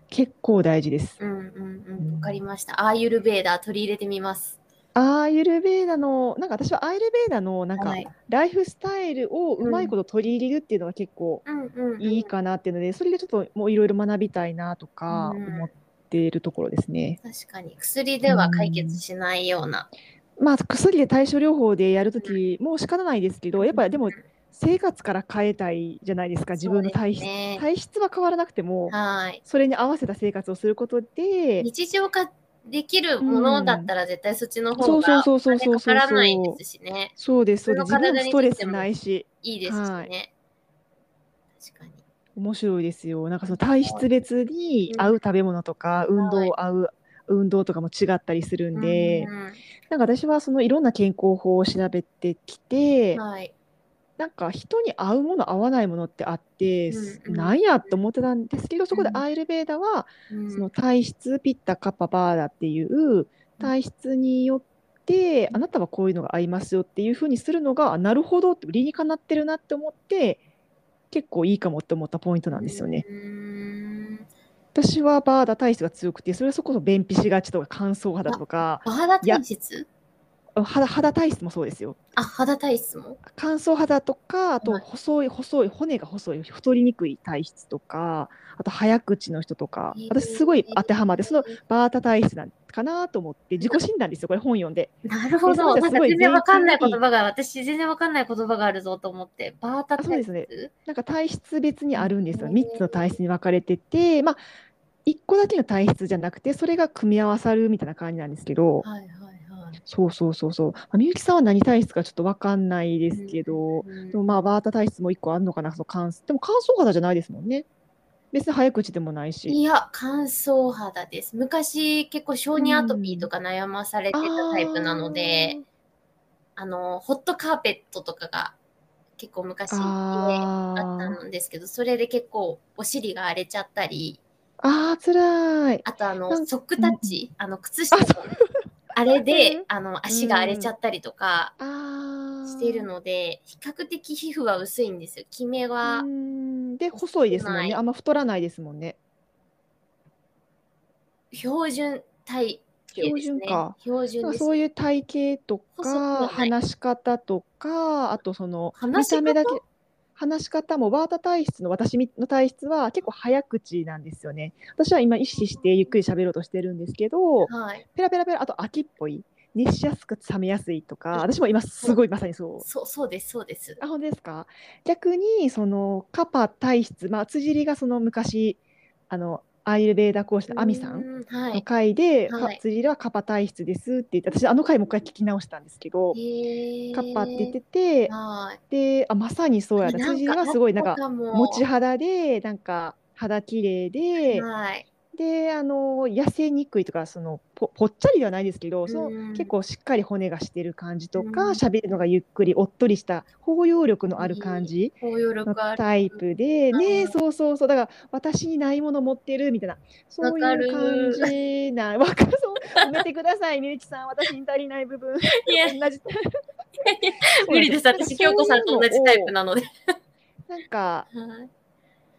A: 結構大事です。
B: うんうんう。
A: うんん
B: わかりました。アーユルベーダー取り入れてみます。
A: アーユルベーダのなんか私はアーユルベーダのなんか
B: はい
A: ライフスタイルをうまいこと取り入れるっていうのが結構
B: うんうんうん
A: いいかなっていうのでそれでちょっともういろいろ学びたいなとか
B: うん
A: 思っているところですね。
B: 確かに薬では解決しないような。
A: まあ薬で対症療法でやるときも仕方ないですけどやっぱでも生活から変えたいじゃないですか自分の体質、
B: そうですね
A: 体質は変わらなくても
B: はい。
A: それに合わせた生活をすることで
B: 日常化できるものだったら絶対そっちの
A: そ
B: 方
A: うそ
B: が
A: うそう
B: お
A: そう
B: 金
A: そう
B: か
A: そ
B: か
A: う
B: らないですしね。
A: そうですそうです
B: 自分
A: 自
B: の体
A: 分もストレスないし
B: いいですし
A: は
B: ね。確かに。
A: 面白いですよなんかその体質別に
B: うん
A: 合う食べ物とか運
B: はい
A: 動合う運動とかも違ったりするんで
B: うん
A: なんか私はそのいろんな健康法を調べてきて
B: はい。
A: なんか人に合うもの合わないものってあって
B: うんうん
A: なんやと思ってたんですけどそこで
B: うん
A: アーユルベーダは
B: うん
A: その体質ピッタカッパバーダっていう体質によってあなたはこういうのが合いますよっていうふうにするのがあなるほどって理にかなってるなって思って結構いいかもって思ったポイントなんですよね。
B: うーん。
A: 私はバーダ体質が強くてそれはそこそ便秘しがちとか乾燥肌とか
B: あ肌体質
A: 肌肌体質もそうですよ。
B: あ、肌体質も
A: 乾燥肌とかあと
B: はい
A: 細い細い骨が細い太りにくい体質とかあと早口の人とか
B: へー
A: 私すごい当てはまってそのバータ体質なんかなと思って自己診断ですよこれ本読んで
B: なるほ
A: そ
B: ど。
A: うじゃ
B: なん
A: す
B: か
A: ごい
B: 全然わかんない
A: 全
B: 言
A: 然いい
B: 葉が、私全然わかんない言葉があるぞと思って。バータ
A: あそう
B: 体
A: で
B: 質
A: すねなんか体質別にあるんですよ
B: へー
A: 3つの体質に分かれててまあ1個だけの体質じゃなくてそれが組み合わさるみたいな感じなんですけど
B: はいはいはい。
A: そうそうそうそうまあみゆきさんは何体質かちょっと分かんないですけど
B: うん
A: でもまあバータ体質も1個あるのかなその乾でも乾燥肌じゃないですもんね別に早口でもないし
B: いや、乾燥肌です。昔、結構小児アトピーとか悩まされてたタイプなので、あの、ホットカーペットとかが結構昔
A: あー
B: 家あった
A: あー
B: んですけど、それで結構お尻が荒れちゃったり、
A: あー辛い
B: あとあ
A: なん
B: の、ソックタッチ、あの、靴下の
A: あそ
B: あれ
A: う
B: で
A: ん、
B: あの、足が荒れちゃったりとか
A: あ
B: している
A: の
B: ので、比較的皮膚は薄いんですよ。キメは、
A: で細いですもん
B: ない
A: ねあんま太らないですもんね
B: 標準体型です
A: 標準
B: ね。
A: か
B: 標準
A: なん
B: で
A: か
B: す
A: そういう体型と
B: 細くはな
A: か
B: い
A: 話し方とかあとその
B: 話し方
A: 見た目だけ話し方もバータ体質の私の体質は結構早口なんですよね私は今意識してゆっくり喋ろうとしてるんですけど
B: はい。
A: ペラペラペラあと秋っぽい熱しやすく冷めやすいとか私も今すごいまさにそう
B: そう、そうです、そうです。
A: あ本当ですか逆にそのカパ体質、まあ、辻りがその昔あのアーユルベーダ講師のアミさん
B: うーん。は
A: の
B: い。
A: 回で、
B: はい
A: か
B: はい
A: 辻りはカパ体質ですって言って私あの回もう一回聞き直したんですけど、
B: へー
A: カッパって言ってて
B: はい。
A: であまさにそうや
B: あ
A: だ
B: なん
A: 辻り
B: か
A: はすごいなんか
B: あったも
A: 持ち肌でなんか肌綺麗で、
B: はい。
A: であの痩せにくいとかそのぽぽっちゃりではないですけどその
B: うん
A: 結構しっかり骨がしてる感じと
B: うん
A: か喋るのがゆっくりおっとりした包容力のある感じ
B: 包容
A: の
B: 力ある。
A: タイプで
B: うん
A: ねえそうそうそうだから私にないもの持ってるみたいなそういう感じな わかるそう褒めてくださいみゆきさん私に足りない部分
B: いや、
A: 同じ
B: 無理です。私、京子さんと同じタイプなので。
A: なんか
B: はい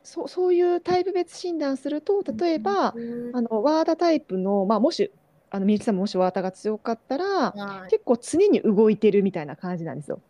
A: そうそういうタイプ別診断すると例えば、
B: うん
A: あのワーダタイプの、まあ、もしあのみゆきさんももしワーダが強かったら
B: はい
A: 結構常に動いてるみたいな感じなんですよ。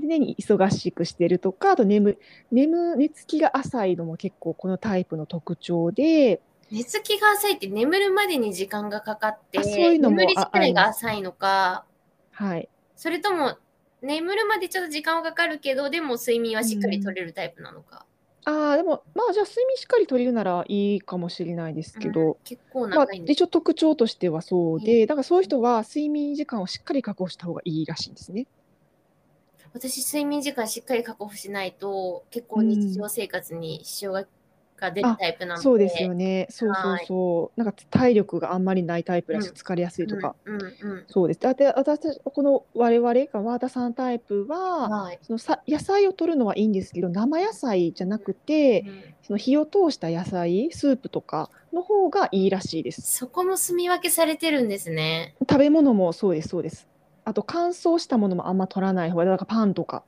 A: 常に忙しくしてるとかあと眠眠寝つきが浅いのも結構このタイプの特徴で
B: 寝つきが浅いって眠るまでに時間がかかって、
A: あそういうのも
B: 眠り自
A: ああ
B: 体
A: りま
B: が
A: す
B: 浅いのか、
A: はい
B: それとも、眠るまでちょっと時間はかかるけど、でも睡眠はしっかり取れるタイプなのか。
A: あーでもまあじゃあ睡眠しっかりとれるならいいかもしれないですけ
B: う
A: ど
B: ん、結構
A: まあ
B: 長いん、です。
A: 一応特徴としてはそうでだからそういう人は睡眠時間をしっかり確保した方がいいらしいんですね。
B: 私、睡眠時間しっかり確保しないと、結構日常生活に支障がが出るタイプなので。
A: そうですよね。そうそうそう。なんか体力があんまりないタイプらし
B: う
A: く疲れやすいとか。
B: うんうん
A: そうです。だって私たちこの我々がワーダさんタイプ
B: うん。
A: は、
B: はい。
A: そのさ野菜を取るのはいいんですけど、生野菜じゃなくて、
B: うん
A: その火を通した野菜、スープとかの方がいいらしいです。
B: そこも住み分けされてるんですね。
A: 食べ物もそうですそうです。あと乾燥したものもあんま取らない方がだからパンとか。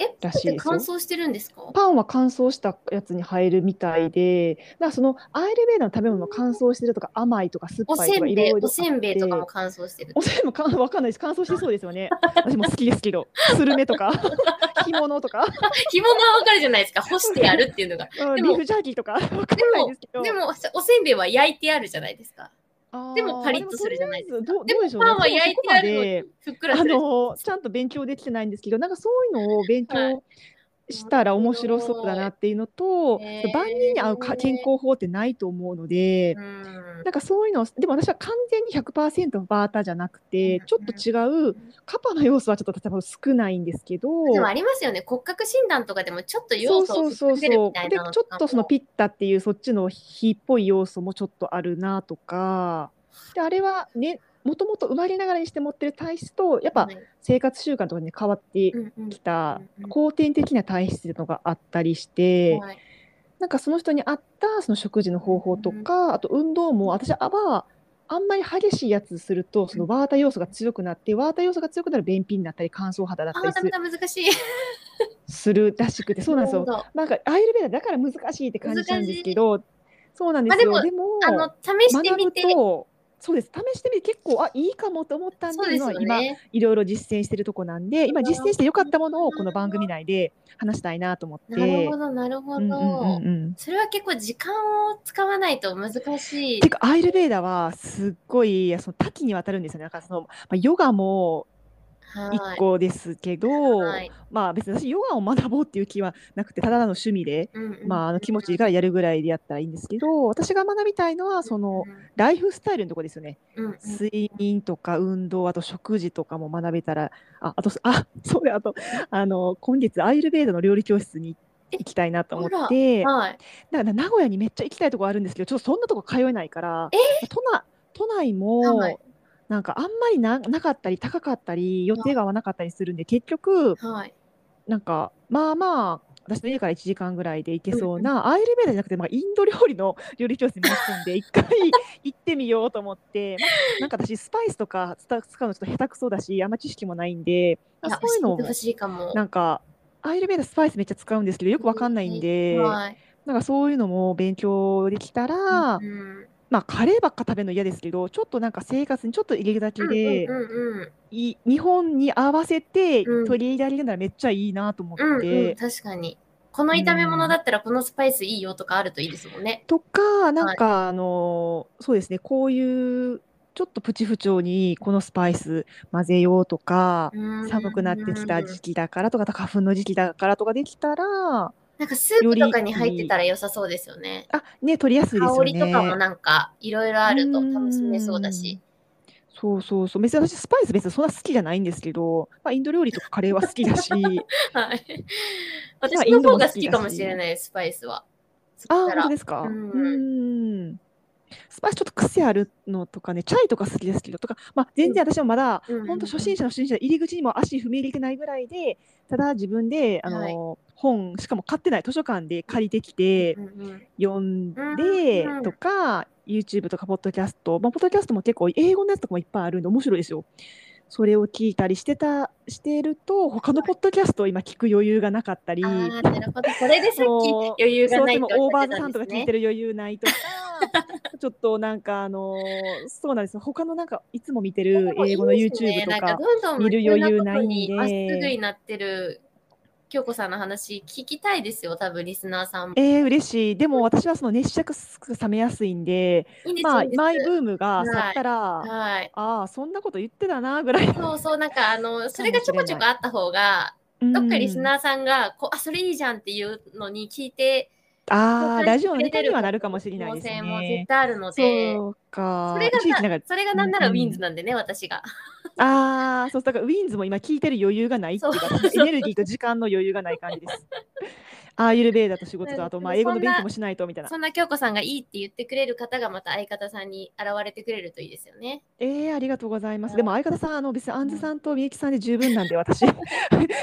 B: え、
A: らしいですよ
B: 乾燥してるんですか
A: パンは乾燥したやつに入るみたいで、だからそのアイルベーダーの食べ物の乾燥してるとか甘いとか酸
B: お
A: っぱい
B: せ
A: とか
B: ん
A: いろ
B: べい、
A: いろあって。
B: おせんべいとかも乾燥してる
A: お。せんべいもかんわかんないです乾燥してそうですよね。私も好きですけど、スルメと か干物とか、
B: 干物はわかるじゃな いですか。干してやるっていうのが。
A: うん
B: で
A: ビ
B: も
A: ーフジャーキーとかわかんないですけど。
B: でも、おせんべいは焼いてあるじゃないですか。
A: あー
B: でもパリッとするじゃないですか
A: でもとり
B: で
A: あえ
B: も
A: ずどう
B: パ
A: どう
B: ンは
A: でしょうね
B: 焼いてあるの
A: で
B: に、ふっくら
A: あ
B: する。
A: のちゃんと勉強できてないんですけどなんかそういうのを勉強したら面白そうだなっていうのと、
B: 面白い
A: 万人に合うか健康法ってないと思うので、
B: うん
A: なんかそういうのでも私は完全に100%バーターじゃなくて、
B: うん
A: ちょっと違うカパの要素はちょっと多分少ないんですけど。
B: でもありますよね。骨格診断とかでもちょっと
A: そ
B: 要
A: う
B: 素
A: そ
B: を
A: うそう
B: 含んでる
A: そ
B: み
A: う
B: たい
A: で
B: なの
A: ちょ
B: と
A: っ
B: かも
A: とそのピッタっていうそっちの火っぽい要素もちょっとあるなとかであれはねもともと生まれながらにして持ってる体質とやっぱ
B: はい
A: 生活習慣とかに変わって
B: うんうん
A: きた
B: うんうん
A: 後天的な体質というのがあったりして、
B: はい
A: なんかその人に合ったその食事の方法とか、あと運動も私はあんまり激しいやつするとそのワータ要素が強くなってワータ要素が強くなる便秘になったり乾燥肌だっ
B: あ
A: たり
B: ー、だめ
A: す
B: だ、難しい。
A: するらしくてそうなんです よ。
B: なるほど
A: なんかアイルベーダーだから難しいって感じたんですけど、そうなんですよ。
B: まあ
A: でも
B: あの、試して
A: 学
B: み
A: ぶ
B: て。
A: と、そうです。試してみて結構あいいかもと思ったんで、
B: そうですよ
A: 今
B: ね。
A: いろいろ実践してるとこなんで、今実践して良かったものをこの番組内で話したいなと思って。
B: なるほど、なるほ
A: うんうんうんう
B: ど。
A: ん。
B: それは結構時間を使わないと難しい
A: て。かアイルベーダーはすっごいその多岐にわたるんですよね。なんかそのまあヨガも一
B: はい。
A: 個ですけど、
B: はい
A: まあ別に私ヨガを学ぼうっていう気はなくて、ただの趣味で。
B: うんうん
A: まあ、あの気持ちいいからやるぐらいでやったらいいんですけど私が学びたいのはその、ライフスタイルのとこですよね
B: うんうん
A: 睡眠とか運動あと食事とかも学べたらああとあそうだあとあの今月アイルベーダの料理教室に行きたいなと思って
B: はい。
A: だから名古屋にめっちゃ行きたいとこあるんですけどちょっとそんなとこ通えないから都内都内
B: は
A: も
B: い
A: なんかあんまりななかったり高かったり予定が合わなかったりするんで結局
B: はい。
A: なんかまあまあ私の家から1時間ぐらいで行けそうな、アイルベーダーじゃなくて、まあ、インド料理の料理教室に申し込んで 一回行ってみようと思って、まあなんか私スパイスとか使う使うのちょっと下手くそだしあんま知識もないんで、まあ
B: や
A: そういうの
B: 教えて
A: も
B: ほしいかも。
A: なんかアイルベーダースパイスめっちゃ使うんですけどよくわかんないんで、
B: はい。
A: なんかそういうのも勉強できたら、
B: うん
A: まあカレーばっか食べるの嫌ですけどちょっとなんか生活にちょっと入れるだけで、
B: うんうんうん
A: い日本に合わせて
B: うん
A: 取り入れられるならめっちゃいいなと思って。
B: うんうん、確かに。この炒め物だったらこのスパイスいいよとかあるといいですもんね。
A: とか、なんか、あの、そうですね、こういう、ちょっとプチ不調にこのスパイス混ぜようとか、寒
B: 寒
A: くなってきた時期だからとか、あと花粉の時期だからとかできたら、あ、
B: なんかスープとかに入ってたら良さそうですよね。
A: ね、取りやすいですよ
B: 香りとかも
A: ね。
B: なんかいろいろあると楽しめそうだし。
A: そうそうそう。別に私、スパイス別にそんな好きじゃないんですけど、まあ、インド料理とかカレーは好きだ し、
B: はい。
A: まあ
B: 私
A: イン
B: の
A: ド
B: 方
A: も好きだし
B: が好きかもしれない、スパイスは。
A: あー、
B: そした
A: 本
B: ら
A: 当ですか。
B: うん
A: うん。スパイスちょっと癖あるのとかね、チャイとか好きですけどとか、まあ、全然私もまだ、
B: うん
A: 本当初心者の初心者入り口にも足踏み入れてないぐらいでただ自分であの、
B: はい
A: 本しかも買ってない図書館で借りてきて
B: うんうん
A: 読んで
B: うん
A: とか、YouTube とかポッドキャスト、まあ、ポッドキャストも結構英語のやつとかもいっぱいあるんで面白いですよ。それを聞いたりしてたしてると他のポッドキャストを今聞く余裕がなかったり。
B: あーなるほど。これでさっき
A: もう
B: 余裕が
A: そう
B: ない
A: で
B: って
A: も
B: お
A: オ
B: っ
A: ー
B: し
A: バ
B: ゃっ
A: ーズさんとか
B: です
A: 聞い
B: ね
A: てる余裕ないとか、ちょっとなんかあのーそうなんですよ他のなんかいつも見てる英語の
B: いいですね
A: YouTube と
B: なんか
A: か
B: どんどん
A: 見る余裕ないんで
B: ろなことにまっすぐになってる京子さんの話聞きたいですよ多分リスナーさんも
A: えー、嬉しい。でも私はその熱射が冷めやすいんで、
B: いいです
A: ま
B: よ
A: あ、
B: いいです
A: マイブームが去ったら、
B: はい
A: ああ、そんなこと言ってたな、ぐらい。
B: そうそうなんかあのそれがちょこちょこあった方が
A: ど
B: どっかリスナーさんがこうあそれいいじゃんっていうのに聞いて
A: ーああ、
B: 紹介
A: ラ
B: して
A: ジ
B: く
A: オの
B: れ
A: ネ
B: て
A: タ
B: る
A: にはなるかもしれないです
B: 可能性も絶
A: ね。
B: 対あるので
A: そうか。
B: それが
A: いちいちなんか
B: それがなんならウ
A: うんうん
B: ィンズなんでね、私が
A: ああ、そう、だからウィンズも今聞いてる余裕がないっていうか、
B: そう
A: エネルギーと時間の余裕がない感じで す。アーユルベーダと仕事と、あと、まあ、
B: で
A: 英
B: も
A: 語
B: そん
A: の
B: な
A: 勉強もしないと、みたいな。
B: そんな京子さんがいいって言ってくれる方がまた相方さんに現れてくれるといいですよね
A: ええありがとうございま
B: う
A: す。
B: ん
A: でも、相方さん、あの、別に、アンズさんとみゆきさんで十分なんで、 私。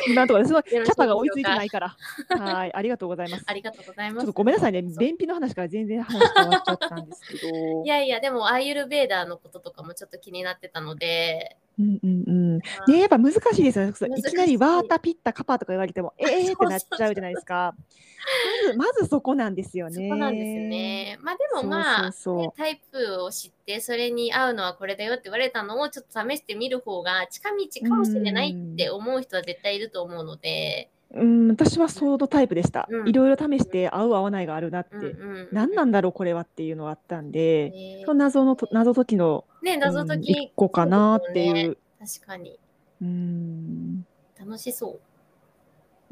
A: 今のところ、そのキ
B: よろしいでしょうか
A: ャパが追いついてないから。はい、ありがとうございます。
B: ありがとうござい
A: ちょ
B: ま
A: っ
B: す
A: とごめんなさいね、
B: そう
A: 便秘の話から全然話変わっちゃったんですけど
B: い。やいや、でもアーユルベーダーのこととかもちょっと気になってたので、
A: うんうんうん。ねやっぱ難しいですよね。そう
B: 難し
A: い
B: い
A: きなりワータピッタカパとか言われても、ええー、ってなっちゃうじゃないですか。まず、まずそこなんですよ
B: そ
A: ね。
B: こなんですね。まあでもま
A: そうそ
B: あ
A: うそう
B: ねタイプを知ってそれに合うのはこれだよって言われたのをちょっと試してみる方が近道かもしれないって思う人は絶対いると思うので。
A: うん、私はそのタイプでした
B: う。ん
A: いろいろ試して、合う合わないがあるなって。
B: うんうん、
A: 何なんだろう、これはっていうのはあったんで、
B: ね
A: その謎のと、謎解きの、
B: ね謎解き、
A: うん一個かなってい。
B: そうですよね確かに
A: うん。
B: 楽しそ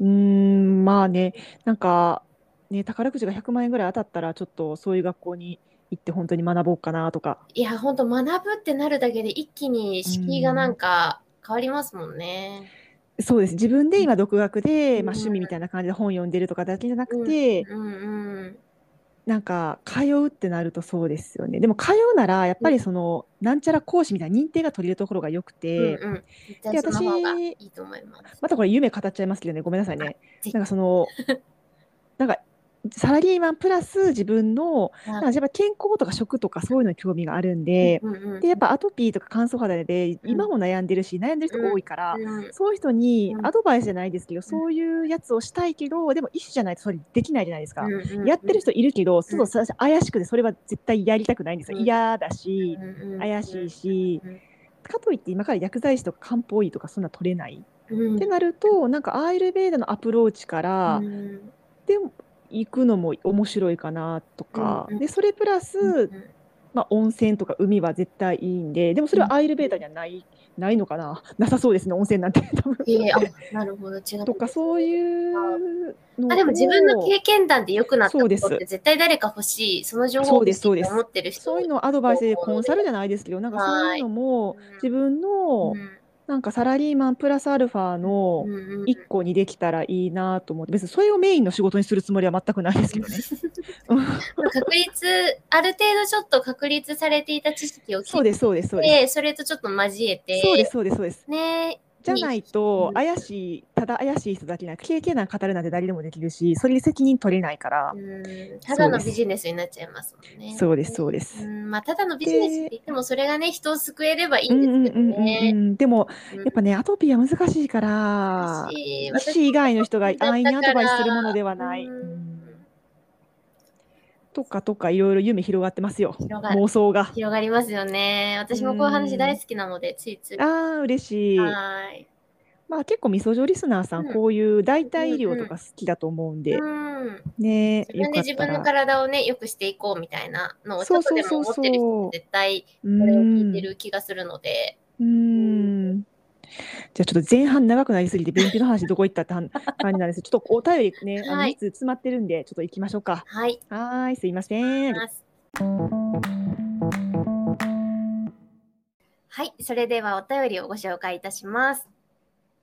B: う。
A: うーん、まあね、なんか、ね、宝くじが100万円ぐらい当たったら、ちょっとそういう学校に行って本当に学ぼうかなとか。
B: いや本当学ぶってなるだけで一気に敷居がなんか変わりますもんね。
A: そうです。自分で今独学で、まあ
B: うん
A: 趣味みたいな感じで本読んでるとかだけじゃなくて、
B: うんうん。
A: なんか通うってなるとそうですよね。でも通うなら、やっぱりその、なんちゃら講師みたいな認定が取れるところが良く
B: うん
A: て、
B: うん。絶対その方がいいと思います。
A: またこれ夢語っちゃいますけどね、ごめんなさいね
B: ぜ。ひ
A: なんかその、 なんか、サラリーマンプラス自分の、
B: あ
A: なんかやっぱ健康とか食とかそういうのに興味があるんで、
B: うんうん
A: でやっぱアトピーとか乾燥肌で今も悩んでるし、悩んでる人多いから、
B: うん
A: そういう人に
B: うん
A: アドバイスじゃないですけど、そういうやつをしたいけどでも一種じゃないとそれできないじゃないですか、
B: うんうん
A: やってる人いるけど、ちょっと私怪しくてそれは絶対やりたくないんですよ
B: うん
A: 嫌だし、
B: うんうん
A: 怪しいし、
B: うん
A: かといって今から薬剤師とか漢方医とかそんな取れない、
B: うん
A: ってなるとなんかアーユルベーダのアプローチから、
B: うん
A: でも行くのも面白いかなとか、
B: うんうん
A: でそれプラス、
B: うん
A: まあ、温泉とか海は絶対いいんで、でもそれはアイルベーダーにはない、ないのかな、 なさそうですね、温泉なんて、 多分
B: ええあなるほど違う
A: とか、そういうのを
B: あでも自分の経験談で良くなった
A: そう
B: こ
A: で
B: と
A: す
B: って絶対誰か欲しいその情報
A: そ
B: を
A: うで
B: 欲
A: す
B: し
A: そう
B: い
A: です
B: と思ってる人
A: そういうのをアドバイスでコンサルじゃないですけど、なんかそういうのも、自分の
B: うん
A: なんかサラリーマンプラスアルファの
B: うんうんうん
A: 一個にできたらいいなと思って、別にそれをメインの仕事にするつもりは全くないですけ どね。
B: 確率ある程度ちょっと確立されていた知識を
A: そう
B: で
A: です、そうです、そうです。
B: てそれとちょっと交えて
A: そうです、そうです、そうです。
B: ね
A: じゃないと
B: う、ん
A: 怪しい、ただ怪しい人だけじゃなく、経験談語るなんて誰でもできるし、それに責任取れないから
B: う。んただのビジネスになっちゃいますもんね
A: そうです、そうです。
B: んまあただのビジネスって言ってもそれがね人を救えればいいんですけど
A: うんうんうんう
B: ね
A: んでも、
B: うん
A: やっぱね、アトピーは難しいから、
B: 私
A: 医
B: 私
A: 師以外の人が安易に
B: だ
A: ア
B: か
A: ド
B: ら
A: バイスするものではない。
B: うん
A: うんとかとか、いろいろ夢広がってますよ。
B: 広がる
A: 妄想が。
B: 広がりますよね。私もこういう話大好きなので、ついつい。
A: ああ、嬉しい。
B: はーい。
A: まあ結構、みそじょリスナーさん、
B: うん
A: こういう代替医療とか好きだと思うんで、
B: うん。
A: ね、よ
B: 自分で
A: かっ
B: 自
A: た
B: 分の
A: ら。
B: 体をね、良くしていこうみたいなのをち
A: そう
B: ょっと
A: そう
B: で
A: そ
B: も
A: う
B: 思
A: そう
B: ってる人って絶対
A: うん
B: これを聞いてる気がするので、
A: うーん。じゃあちょっと前半長くなりすぎて便秘の話どこ行ったってはん感じなんですけどちょっとお便りね、あの
B: はい
A: いつ詰まってるんでちょっと行きましょうか。
B: はい。
A: はーい、すいません。
B: はい。それではお便りをご紹介いたします。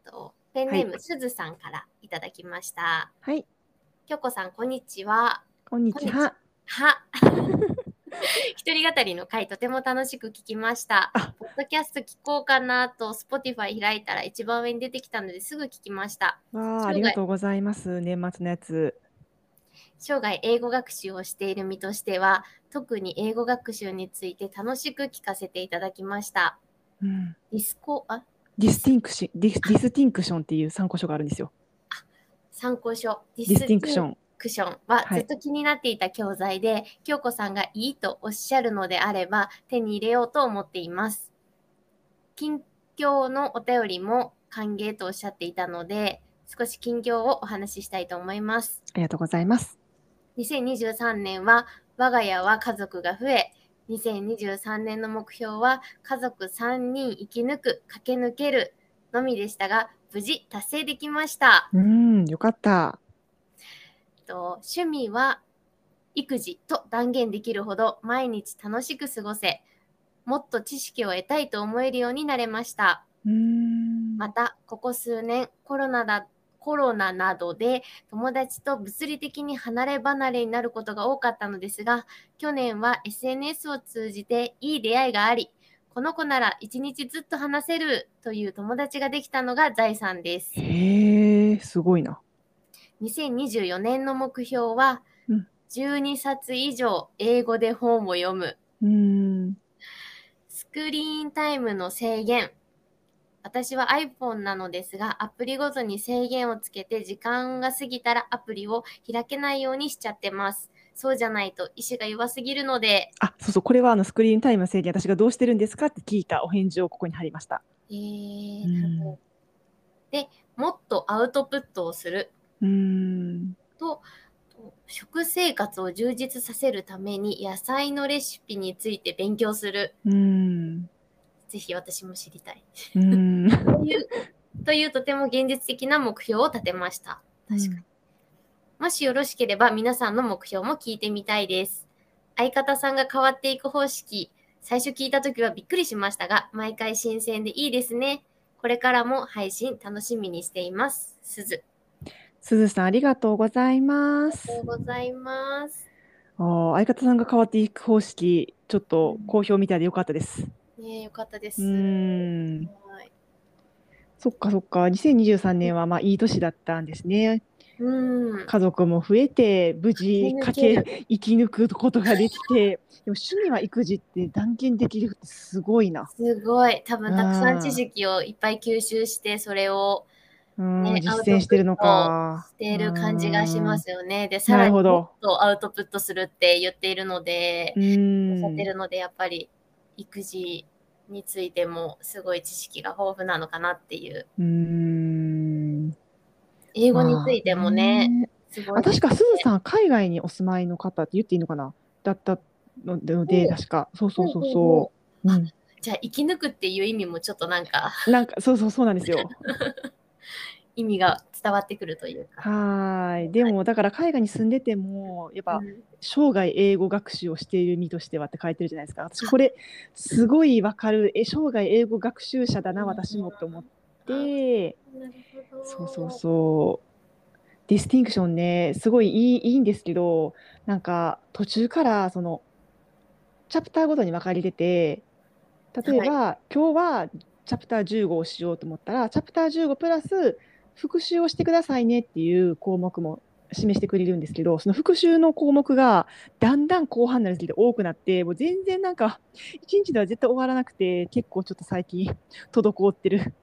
B: とペンネーム、
A: はい
B: すずさんからいただきました。
A: はい、
B: きょこさん、こんにちは。
A: こんにちは。
B: は。一人語りの回とても楽しく聞きました
A: あ。
B: ポッドキャスト聞こうかなと Spotify 開いたら一番上に出てきたのですぐ聞きました。
A: わあ、ありがとうございます。年末のやつ。
B: 生涯英語学習をしている身としては、特に英語学習について楽しく聞かせていただきました。
A: うん。
B: ディスコ、あ、
A: ディスティンクシディスディスティンクションっていう参考書があるんですよ。
B: 参考書、デ
A: ディスティンクショ
B: ン。
A: ン。
B: クションは
A: はい
B: ずっと気になっていた教材で、京子さんがいいとおっしゃるのであれば手に入れようと思っています。近況のお便りも歓迎とおっしゃっていたので、少し近況をお話ししたいと思います。
A: ありがとうございます。
B: 2023年は我が家は家族が増え、2023年の目標は家族3人生き抜く、駆け抜けるのみでしたが、無事達成できました。
A: うーん、よかった。
B: えっと趣味は育児と断言できるほど毎日楽しく過ごせもっと知識を得たいと思えるようになれました
A: うーん。
B: またここ数年コロナだコロナなどで友達と物理的に離れ離れになることが多かったのですが去年は SNS を通じていい出会いがありこの子なら一日ずっと話せるという友達ができたのが財産です
A: へえ、すごいな。
B: 2024年の目標は、
A: うん
B: 12冊以上英語で本を読む
A: うーん。
B: スクリーンタイムの制限私は iPhone なのですが、アプリごとに制限をつけて、時間が過ぎたらアプリを開けないようにしちゃってます。そうじゃないと意志が弱すぎるので、
A: あ、そうそう、これはあのスクリーンタイムの制限、私がどうしてるんですかって聞いたお返事をここに貼りました。
B: え
A: う
B: ー、
A: ん
B: なるほど。で、もっとアウトプットをする
A: うーん。
B: と、食生活を充実させるために野菜のレシピについて勉強する。
A: うーん。
B: ぜひ私も知りたい。
A: うーん。
B: という、というとても現実的な目標を立てました。確かに。もしよろしければ皆さんの目標も聞いてみたいです。相方さんが変わっていく方式、最初聞いた時はびっくりしましたが、毎回新鮮でいいですね。これからも配信楽しみにしています。すず。
A: すずさん、ありがとうございます
B: あ。りがとうございます。
A: あー相方さんが変わっていく方式、ちょっと好評みたいでよかったです。
B: ねえ、よかったです。
A: うーん。
B: はい
A: そっかそっか。2023年はまあいい年だったんですね。
B: うん。
A: 家族も増えて、無事家
B: 駆け抜
A: 計生き抜くことができて、でも趣味は育児って断言できるってすごいな。
B: すごい。多分たくさ
A: うん
B: ん知識をいっぱい吸収して、それを
A: うん、
B: ね
A: 実践してるのか。
B: している感じがしますよね。で、さ
A: な
B: ら
A: る
B: に
A: ほど
B: もっとアウトプットするって言っているので
A: う、ん。
B: さってるので、やっぱり育児についてもすごい知識が豊富なのかなっていう。
A: うん。
B: 英語についてもね、
A: まあ。
B: す
A: あ
B: ごい。
A: 確かすずさん、海外にお住まいの方って言っていいのかなだったので、
B: うん
A: 確か。そうそうそう
B: うんうん
A: そうう。
B: ん
A: うん
B: じゃあ、生き抜くっていう意味もちょっとなんか、
A: なんか、そうそうそうなんですよ。
B: 意味が伝わってくるというか。
A: はーい。でも、だから海外に住んでても、やっぱ、
B: うん
A: 生涯英語学習をしている身としてはって書いてるじゃないですか。私これすごいわかる。え、生涯英語学習者だな、私もって思って。
B: なるほど
A: そうそうそう。ディスティンクションね、すごいいいいいんですけど、なんか途中からそのチャプターごとに分かれてて、例えば、今日はチャプター15をしようと思ったら、チャプター15プラス復習をしてくださいねっていう項目も示してくれるんですけど、その復習の項目がだんだん後半になる時で多くなって、もう全然なんか、一日では絶対終わらなくて、結構ちょっと最近、 滞ってる。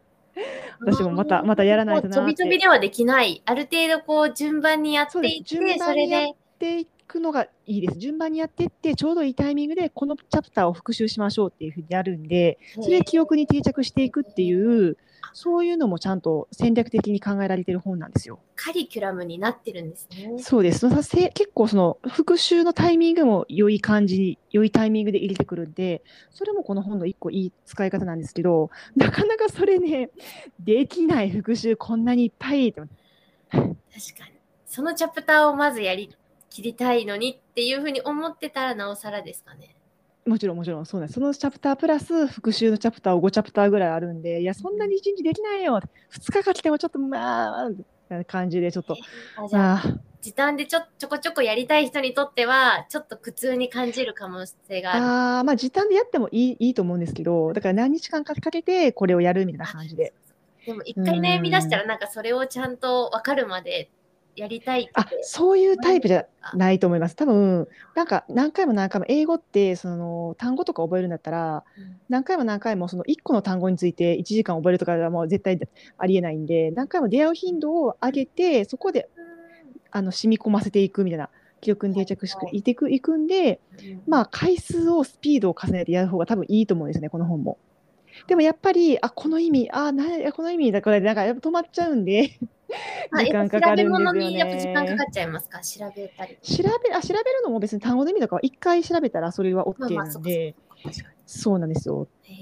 A: 私もまた、またやらないとな
B: もう
A: って。
B: ちょびちょびではできない。ある程度こう順番にやっていっ
A: そ
B: て、
A: うで
B: そ
A: す順番
B: れ
A: にやっ
B: で。
A: やっていくのがいいです。順番にやっていって、ちょうどいいタイミングで、このチャプターを復習しましょうっていうふうにやるんで、それで記憶に定着していくっていう、そういうのもちゃんと戦略的に考えられてる本なんですよ。
B: カリキュラムになってるんですね。
A: そうです。そのせ結構その復習のタイミングも良い感じに、良いタイミングで入れてくるんで、それもこの本の一個いい使い方なんですけど、なかなかそれね、できない復習こんなにいっぱいって思って
B: 確かに。そのチャプターをまずやり切りたいのにっていうふうに思ってたらなおさらですかね。
A: もちろんもちろんそうなんです。そのチャプタープラス復習のチャプターを5チャプターぐらいあるんで、いや、そんなに1日できないよ。2日かけてもちょっと、まあ、な感じで、ちょっと、
B: あじゃあ
A: まあ、
B: 時短でちょちょこちょこやりたい人にとってはちょっと苦痛に感じる可能性がある。
A: あーまあ、時短でやってもいいいいと思うんですけど、だから何日間かかけてこれをやるみたいな感じで。
B: でも一回悩み出したらなんかそれをちゃんと分かるまでやりたいって。
A: あ、そういうタイプじゃないと思います。多分、なんか何回も何回も、英語って、その、単語とか覚えるんだったら、
B: うん
A: 何回も何回もその1個の単語について1時間覚えるとかはもう絶対ありえないんで、何回も出会う頻度を上げて、そこであの染み込ませていくみたいな記憶に定着して
B: はい
A: いてくいくんで、まあ、回数をスピードを重ねてやる方が多分いいと思うんですよね、この本も。でもやっぱり、あ、この意味、あ、なこの意味だから、なんかやっぱ止まっちゃうんで、
B: あ
A: 時間かかるんですよね
B: やっぱ調べ物にやっぱ時間かかっちゃいますか調べたり。
A: 調べあ調べるのも別に単語の意味とかは一回調べたらそれは OK
B: まあまあ
A: なんで、
B: 確か
A: そうなんですよ。
B: にへ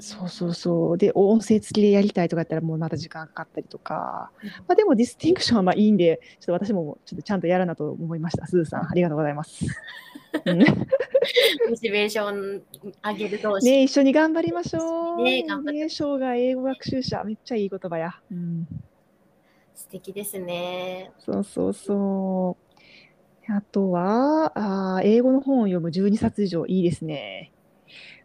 B: ー
A: そうそうそう。で、音声付きでやりたいとかやったらもうまた時間かかったりとか。まあでもディスティンクションはまあいいんで、ちょっと私もちょっとちゃんとやらなと思いました。すずさん、ありがとうござい ます。うん
B: モチベーション上げる同士。
A: ね、一緒に頑張りましょう。
B: ね頑張って
A: ね生涯英語学習者、めっちゃいい言葉や。うん、
B: 素敵ですね。
A: そうそうそう。あとはあー、英語の本を読む12冊以上、いいですね。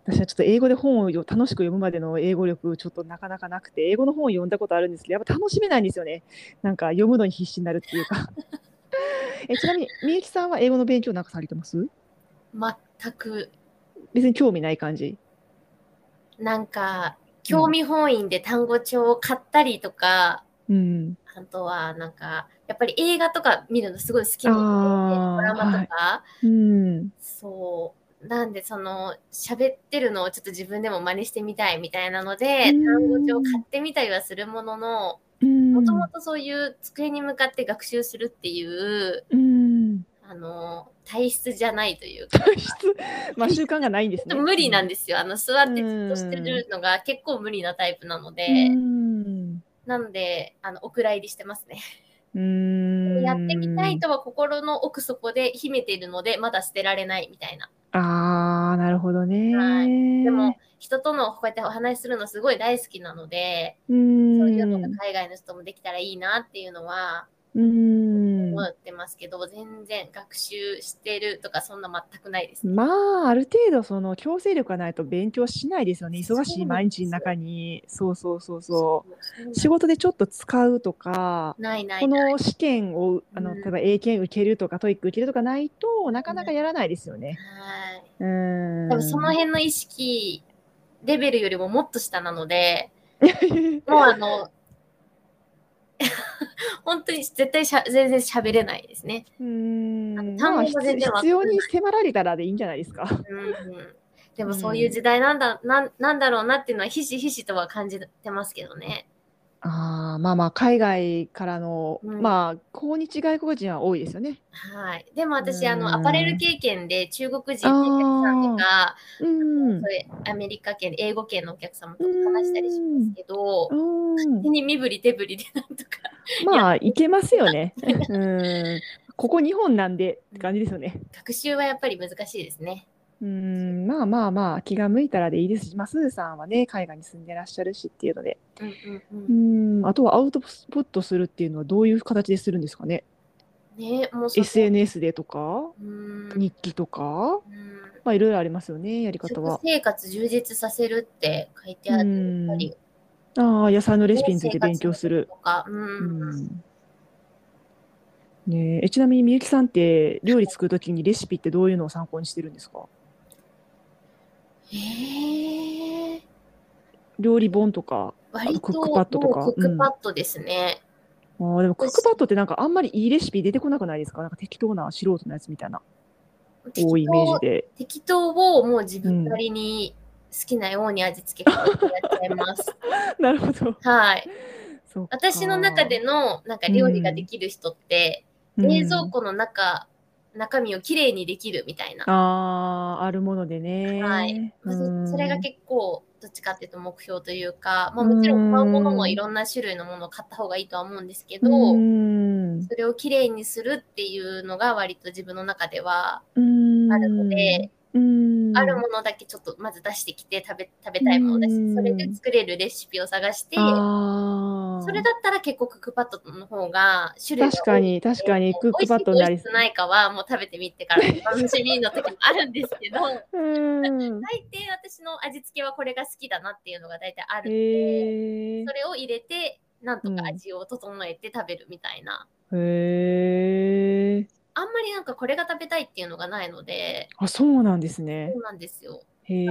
A: 私はちょっと英語で本をよ楽しく読むまでの英語力、ちょっとなかなかなくて、英語の本を読んだことあるんですけど、やっぱ楽しめないんですよね。なんか読むのに必死になるっていうか。 えちなみに、みゆきさんは英語の勉強なんかされてます
B: 全く、
A: 別に興味ない感じ。
B: なんか、興味本位で単語帳を買ったりとか、
A: うん。
B: あとはなんか、やっぱり映画とか見るのすごい好きなので、
A: あー
B: ドラマとか、
A: うん。
B: そう。なんで、その、喋ってるのをちょっと自分でも真似してみたいみたいなので、
A: うん
B: 単語帳を買ってみたりはするものの、
A: うん。
B: もともとそういう机に向かって学習するっていう、
A: うん。
B: あの、体質じゃないというか、
A: 体質、まあ習慣がないんです
B: ちょ
A: ね。
B: っと無理なんですよ。あの、座って
A: うん
B: じっとしてるのが結構無理なタイプなので、
A: うん。
B: なので、あの、お蔵入りしてますね。
A: うん。
B: やってみたい。とは心の奥底で秘めているので、まだ捨てられないみたいな。
A: ああ、なるほどね。
B: はでも、、人とのこうやってお話しするのすごい大好きなので、
A: うん。
B: そういうのが海外の人もできたらいいなっていうのは
A: うん。
B: 思ってますけど、全然学習してるとかそんな全くないですね。
A: まあ、ある程度、その強制力がないと勉強しないですよね。忙しい毎日の中に。そうそうそうそう。
B: う
A: 仕事でちょっと使うとか、
B: ないない
A: こ
B: ない。
A: の試験を、あ
B: う
A: の、
B: ん
A: 例えば英検受けるとか、トイック受けるとかないとなかなかやらないですよね。
B: はい。
A: うん。
B: 多分 その辺の意識レベルよりももっと下なので、もうあの、 本当に絶対しゃ全然喋れないですね。
A: うん。
B: あの
A: まあ、
B: 単語が全然わかんない
A: 必要に迫られたらでいいんじゃないですか。
B: うん、でもそういう時代なんだ、なんなんだろうなっていうのはひしひしとは感じてますけどね。
A: ああ、まあまあ、海外からの、
B: うん
A: まあ、訪日外国人は多いですよね。
B: はい。でも私、あ
A: う
B: の、
A: ん
B: アパレル経験で中国人のお客さんとか、
A: うん
B: そ。れアメリカ圏、英語圏のお客様とか話したりしますけど、
A: うん
B: 手に身振り手振りでなんとか、
A: まあ、いけますよ ね。うん。ここ日本なんでって感じですよね。
B: 学習はやっぱり難しいですね。
A: うん。まあまあまあ、気が向いたらでいいですし、まあ、すーさんはね、海外に住んでらっしゃるしっていうので。
B: うんうん
A: う
B: うん
A: ん。あとはアウトプットするっていうのはどういう形でするんですかね。
B: ねもうそこ
A: SNS でとか、
B: うん
A: 日記とか、
B: うん
A: まあ、いろいろありますよね、やり方
B: 食
A: は。
B: 生活充実させるって書いてある、
A: うん
B: やっぱり
A: ああ、野菜のレシピについて勉強する
B: と。か、うん
A: うんねええちなみにみゆきさんって料理作るときにレシピってどういうのを参考にしてるんですか
B: へえ
A: 料理本とかあ
B: 割
A: と
B: と
A: クックパッドとか
B: もうクックパッドですね。
A: あーでもクックパッドってなんかあんまりいいレシピ出てこなくないですかなんか適当な素人のやつみたいな
B: 適当
A: 多いイメージで
B: 適当をもう自分なりに好きなように味付け変えてやっちゃいます。
A: なるほど
B: はい。
A: そうか
B: 私の中でのなんか料理ができる人って、冷蔵
A: うん
B: 庫の中、中身をきれいにできるみたいな。
A: あーあるものでね
B: はいまあそ
A: うん
B: それが結構どっちかっていうと目標というか、まあ、もちろん買うものもいろんな種類のものを買った方がいいとは思うんですけど、
A: うん
B: それをきれいにするっていうのが割と自分の中では
A: うん
B: あるので、
A: うん
B: あるものだけちょっとまず出してきて食べ食べたいものだし、
A: うん
B: それで作れるレシピを探して、
A: あー
B: それだったら結構クックパッドの方が種類が
A: 確
B: 多
A: か
B: い
A: に確かにクックパッドに
B: 美
A: な
B: 味
A: り
B: しくないかはもう食べてみてから楽しみの時もあるんですけ ど大
A: うん
B: 抵私の味付けはこれが好きだなっていうのが大体あるので、
A: へえ
B: それを入れてなんとか味を整えて食べるみたいな、
A: へえ
B: あんまりなんかこれが食べたいっていうのがないので
A: あそうなんですね
B: そうなんですよ
A: へえ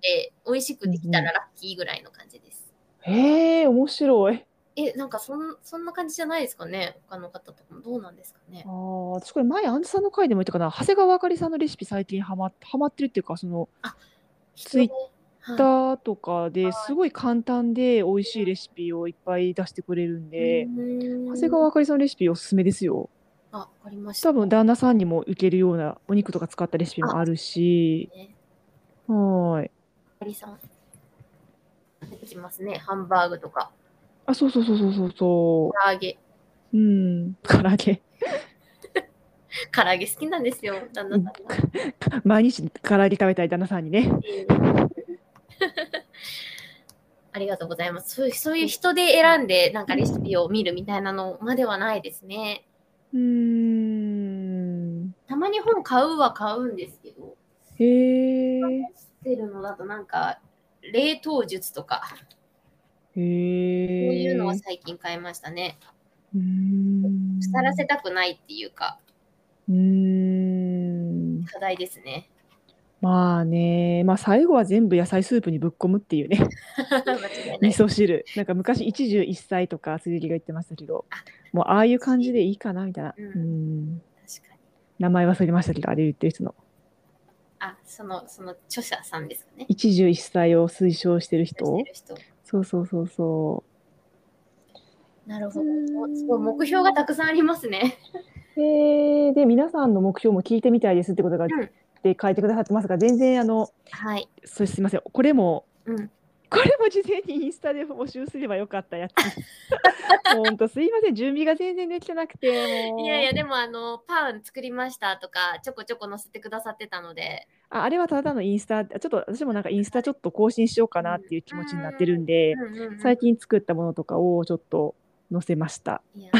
B: で美味しくできたらラッキーぐらいの感じです、
A: へえ面白い
B: えなんかそんそんな感じじゃないですかね他の方とかもどうなんですかね
A: あー私これ前アンズさんの回でも言ったかな長谷川あかりさんのレシピ最近ハマハマってるっていうかそのツイッ
B: はい
A: 歌とかですごい簡単で美味しいレシピをいっぱい出してくれるんで
B: うん
A: 長谷川あかりさんのレシピおすすめですよ
B: あわかりました
A: 多分旦那さんにも受けるようなお肉とか使ったレシピもあるし
B: ね
A: はーい
B: かりさん。出てきますね。ハンバーグとか、
A: あそうそうそうそうそうそ
B: 唐揚げ。
A: ううん唐揚げ
B: 唐揚げ好きなんですよ、旦那さんが。
A: 毎日唐揚げ食べたい旦那さんにね。
B: ありがとうございます。そういうそういう人で選んで、なんかレシピを見るみたいなのまではないですね。
A: うーん。
B: たまに本買うは買うんですけど、
A: へえ。
B: 捨てるのだとなんか、冷凍術とか、
A: へ
B: そう
A: え。
B: いうのは最近買いましたね。
A: うーん。
B: 腐らせたくないっていうか、
A: うーん。
B: 課題ですね。
A: まあね、まあ最後は全部野菜スープにぶっ込むっていうね、
B: 間違いな
A: 味
B: い。
A: 噌汁。なんか昔一汁一菜とか辻木が言ってましたけど、もうああいう感じでいいかなみたいな。
B: う
A: うんん。
B: 確かに。
A: 名前忘れましたけど、あれ言ってる人の。
B: あ、その、その著者さんですかね。
A: 一汁一菜を推奨してる人
B: してる人
A: そうそうそうそ
B: なるほ
A: う
B: ど。
A: ん
B: すごい目標がたくさんありますね。
A: う。えーで、皆さんの目標も聞いてみたいですってことが、
B: ん
A: で書いてくださってますが、全然あの、
B: はい。
A: そうすいません、これも、
B: うん。
A: これも事前にインスタで募集すればよかったやつ。 ほんとすいません、準備が全然できてなくて、もう
B: いやいや、でもあの、パン作りましたとか、ちょこちょこ載せてくださってたので、
A: ああれはただのインスタ、あちょっと私もなんかインスタちょっと更新しようかなっていう気持ちになってるんで、
B: うんうんうん
A: 最近作ったものとかをちょっと載せました。
B: いや、